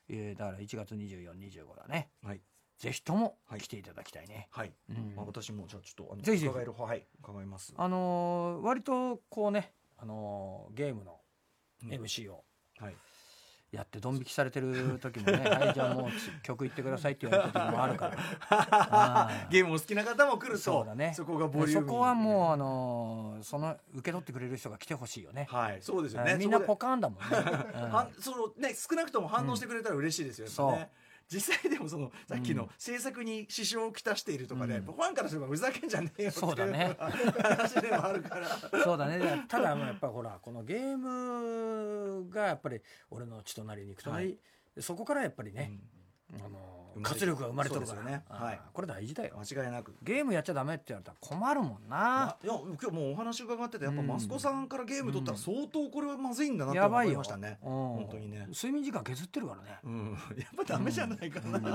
Speaker 3: えーだから1月24、25だね。
Speaker 1: はい。
Speaker 3: ぜひとも
Speaker 1: はい
Speaker 3: 来ていただきたいね。
Speaker 1: はい。
Speaker 3: うん
Speaker 1: まあ、私も、じゃあ、ちょっと、あの、
Speaker 3: ぜひぜひ
Speaker 1: 伺える方、はい、伺います。
Speaker 3: あのー割とこうね、あのーゲームの MC を、
Speaker 1: はい。 *laughs*
Speaker 3: やってドン引きされてる時もね「はいじゃあもう曲言ってください」って言われた時もあるから
Speaker 1: ゲームお好きな方も来ると。
Speaker 3: そうだね
Speaker 1: そこがボリュー
Speaker 3: そ
Speaker 1: ム。
Speaker 3: こはもうあのーその受け取ってくれる人が来てほしいよね
Speaker 1: う。はい。そうですよね。
Speaker 3: うんみんな
Speaker 1: そこで
Speaker 3: ポカーンだも
Speaker 1: *laughs*
Speaker 3: んね、うん
Speaker 1: はそのね少なくとも反応してくれたら嬉しいですよ、
Speaker 3: うん
Speaker 1: やっぱね実際でもそのさっき
Speaker 3: うん
Speaker 1: の制作に支障をきたしているとかね、
Speaker 3: うん
Speaker 1: ファンからすればふざけんじゃねえよってい
Speaker 3: そうだね
Speaker 1: 話でもあるから
Speaker 3: そうだねだからただまあやっぱほらこのゲームがやっぱり俺の血となり肉となり、そこからやっぱり *laughs* ね、あのー
Speaker 1: 生まれてる
Speaker 3: 活力が生まれてるか
Speaker 1: そ
Speaker 3: ら
Speaker 1: うですよね
Speaker 3: あー
Speaker 1: はい
Speaker 3: これ大事だ
Speaker 1: うん
Speaker 3: よ
Speaker 1: 間違いなく。
Speaker 3: ゲームやっちゃダメって言われたら困るもんな、
Speaker 1: まあいや今日もうお話伺っててやっぱ
Speaker 3: うん
Speaker 1: マスコさんからゲーム取ったら相当これはまずいんだなと
Speaker 3: やば
Speaker 1: 思
Speaker 3: い
Speaker 1: い
Speaker 3: よ
Speaker 1: ましたね。
Speaker 3: うん
Speaker 1: 本当にね
Speaker 3: 睡眠時間削ってるからね、
Speaker 1: うん、やっぱダメじゃないかな、
Speaker 3: い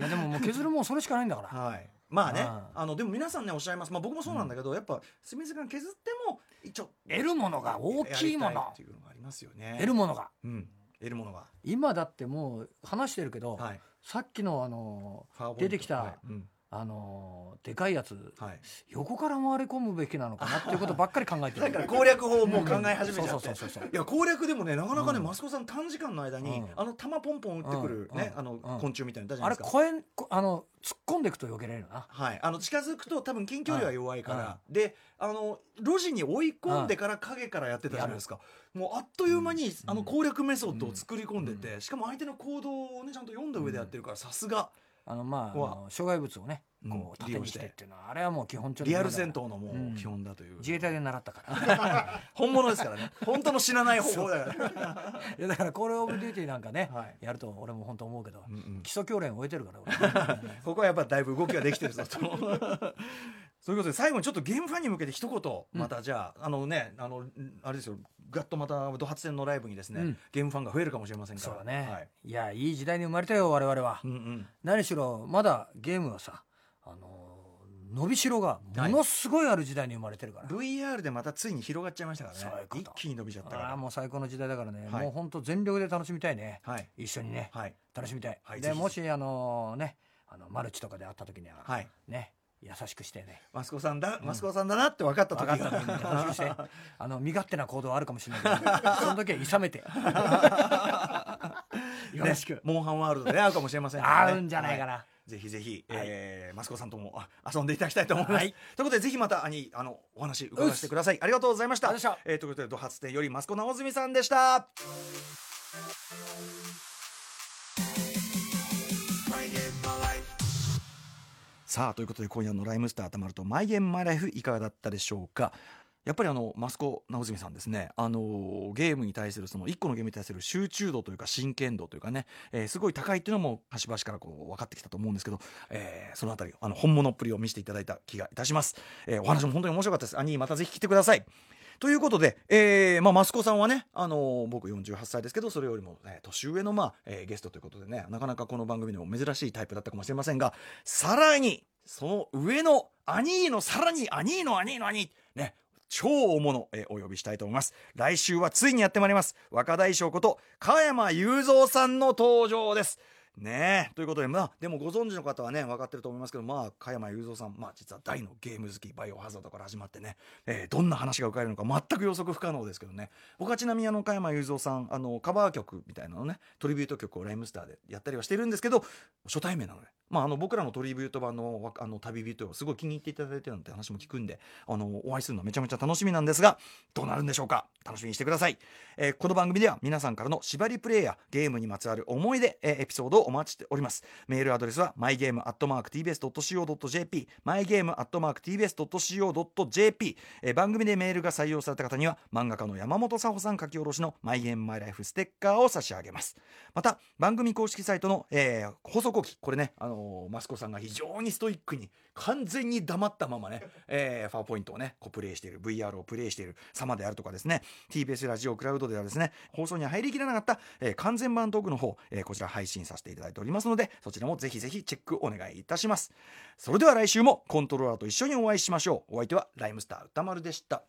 Speaker 3: やでももう削るもんそれしかないんだから。
Speaker 1: はい。まあね、
Speaker 3: あ
Speaker 1: あのでも皆さんねおっしゃいます。まあ僕もそうなんだけど、やっぱ睡眠時間削っても一応
Speaker 3: 得るものが大きいも
Speaker 1: や
Speaker 3: の
Speaker 1: りたっていうのがありますよね。
Speaker 3: 得るものが。
Speaker 1: うん、得るものが。
Speaker 3: 今だってもう話してるけど、
Speaker 1: はい。
Speaker 3: さっきのあの
Speaker 1: ファーボイル
Speaker 3: 出てきた
Speaker 1: はいうん
Speaker 3: あのでかいやつ *laughs*
Speaker 1: はい。
Speaker 3: 横から回り込むべきなのかなっていうことばっかり考え
Speaker 1: *laughs*
Speaker 3: て
Speaker 1: だ
Speaker 3: る。
Speaker 1: から攻略法をもう考え始めちゃ
Speaker 3: そう
Speaker 1: って
Speaker 3: そう。そうそうそう。
Speaker 1: いや攻略でもねなかなかね、
Speaker 3: うん
Speaker 1: マスコさん短時間の間に、
Speaker 3: うん
Speaker 1: あの弾ポンポン打ってくる
Speaker 3: うん
Speaker 1: ね、
Speaker 3: うん
Speaker 1: あの
Speaker 3: うん
Speaker 1: 昆虫みたいなのいたじゃ
Speaker 3: あ
Speaker 1: な
Speaker 3: れ
Speaker 1: いですか。
Speaker 3: 声あの突っ込んでいくと避けられるな。
Speaker 1: はい、あの近づくと多分近距離は弱いから、であの路地に追い込んでから影からやってたじゃないですか、もうあっという間に、あの攻略メソッドを作り込んでて、しかも相手の行動をねちゃんと読んだ上でやってるからさすが
Speaker 3: あのまああ
Speaker 1: うわ
Speaker 3: の障害物をねこう
Speaker 1: うん
Speaker 3: 縦にしてっていうのはあれはもう基本中の基
Speaker 1: リア
Speaker 3: 本
Speaker 1: ル
Speaker 3: だか
Speaker 1: 戦
Speaker 3: ら
Speaker 1: 闘のも
Speaker 3: うん
Speaker 1: う基本だという、
Speaker 3: 自衛隊で習ったから。 *laughs*
Speaker 1: 本物ですからね本当の死なない方法だ *laughs* から、
Speaker 3: いやだからコールオブデューティーなんかね
Speaker 1: *laughs* はい
Speaker 3: やると俺も本当思うけど
Speaker 1: うんうん
Speaker 3: 基礎教練終えて
Speaker 1: *laughs*
Speaker 3: るから俺。
Speaker 1: ここはやっぱだいぶ動きができてるぞと。 *laughs* そういうことで最後にちょっとゲームファンに向けて一
Speaker 3: うん
Speaker 1: 言またじゃあ、あのねあのあれですよガッとまたド発戦のライブにですね、
Speaker 3: うん
Speaker 1: ゲームファンが増えるかもしれませんか
Speaker 3: そう
Speaker 1: ら
Speaker 3: だね、
Speaker 1: はい
Speaker 3: い、やいい時代に生まれたよ我々は、
Speaker 1: うんうん、
Speaker 3: 何しろまだゲームはさあのー伸びしろがものすごいある時代に生まれてるから、
Speaker 1: VR でまたついに広がっちゃいましたからね
Speaker 3: そういうこと
Speaker 1: 一気に伸びちゃったか
Speaker 3: ああ
Speaker 1: ら
Speaker 3: もう最高の時代だからね、
Speaker 1: はい
Speaker 3: もうほんと全力で楽しみたいね
Speaker 1: はい
Speaker 3: 一緒にね、
Speaker 1: はい
Speaker 3: 楽しみたい、
Speaker 1: はいぜひ
Speaker 3: で
Speaker 1: ぜひ
Speaker 3: もしあのーねあのマルチとかで会った時には、
Speaker 1: はい
Speaker 3: ね優しくしてね
Speaker 1: マスコさんだ、
Speaker 3: うん
Speaker 1: マスコさんだなって分かった
Speaker 3: 分
Speaker 1: *laughs* 時
Speaker 3: かった時に優しくして
Speaker 1: *laughs*
Speaker 3: あの身勝手な行動はあるかもしれないけどその時は
Speaker 1: *laughs*
Speaker 3: 勇めてよろしく、
Speaker 1: ねモンハンワールドで会うかもしれませんからね
Speaker 3: 合うんじゃないかな、
Speaker 1: ぜひぜひ、
Speaker 3: はい
Speaker 1: えーマスコさんともあ遊んでいただきたいと思います。
Speaker 3: はい
Speaker 1: ということで、ぜひまた、あに、あの、お話伺わせてください。ありがとうございました。
Speaker 3: ありがとうござい
Speaker 1: えーということで、ド発展よりマスコ直澄さんでした。さあということで今夜の「ライムスターたまるとマイゲームマイライフ」いかがだったでしょうかやっぱりあのマスコ直澄さんですねあのゲームに対するその1個のゲームに対する集中度というか真剣度というかね、えーすごい高いっていうのも端々からこう分かってきたと思うんですけど、えーそのあたりあの本物っぷりを見せていただいた気がいたします、えーお話も本当に面白かったです兄またぜひ来てくださいということで、えーまあ、マスコさんはね、あのー僕48歳ですけどそれよりも、ね、年上の、まあえーゲストということでねなかなかこの番組でも珍しいタイプだったかもしれませんがさらにその上の兄のさらに兄の兄の兄ね超大物、えーお呼びしたいと思います来週はついにやってまいります若大将こと加山雄三さんの登場ですねえということでまあでもご存知の方はね分かってると思いますけどまあ加山雄三さんまあ実は大のゲーム好きバイオハザードから始まってね、えーどんな話が浮かれるのか全く予測不可能ですけどね僕はちなみにあの加山雄三さんあのカバー曲みたいなのねトリビュート曲をライムスターでやったりはしてるんですけど初対面なので、まあ、あの僕らのトリビュート版のわあの旅人をすごい気に入っていただいてるなんて話も聞くんであのお会いするのはめちゃめちゃ楽しみなんですがどうなるんでしょうか楽しみにしてください、えーこの番組では皆さんからの縛りプレイやゲームにまつわる思い出、えーエピソードをお待ちしておりますメールアドレスは mygame.tbs.co.jp mygame.tbs.co.jp、えー番組でメールが採用された方には漫画家の山本佐穂さん書き下ろしの「マイゲームマイライフステッカーを差し上げますまた番組公式サイトの、えー放送後期これね、あのーマスコさんが非常にストイックに完全に黙ったままね、えーファーポイントをねこうプレイしている VR をプレイしている様であるとかですね TBS ラジオクラウドではですね放送には入りきらなかった、えー完全版トークの方、えーこちら配信させていただいておりますのでそちらもぜひぜひチェックお願いいたしますそれでは来週もコントローラーと一緒にお会いしましょうお相手はライムスター歌丸でした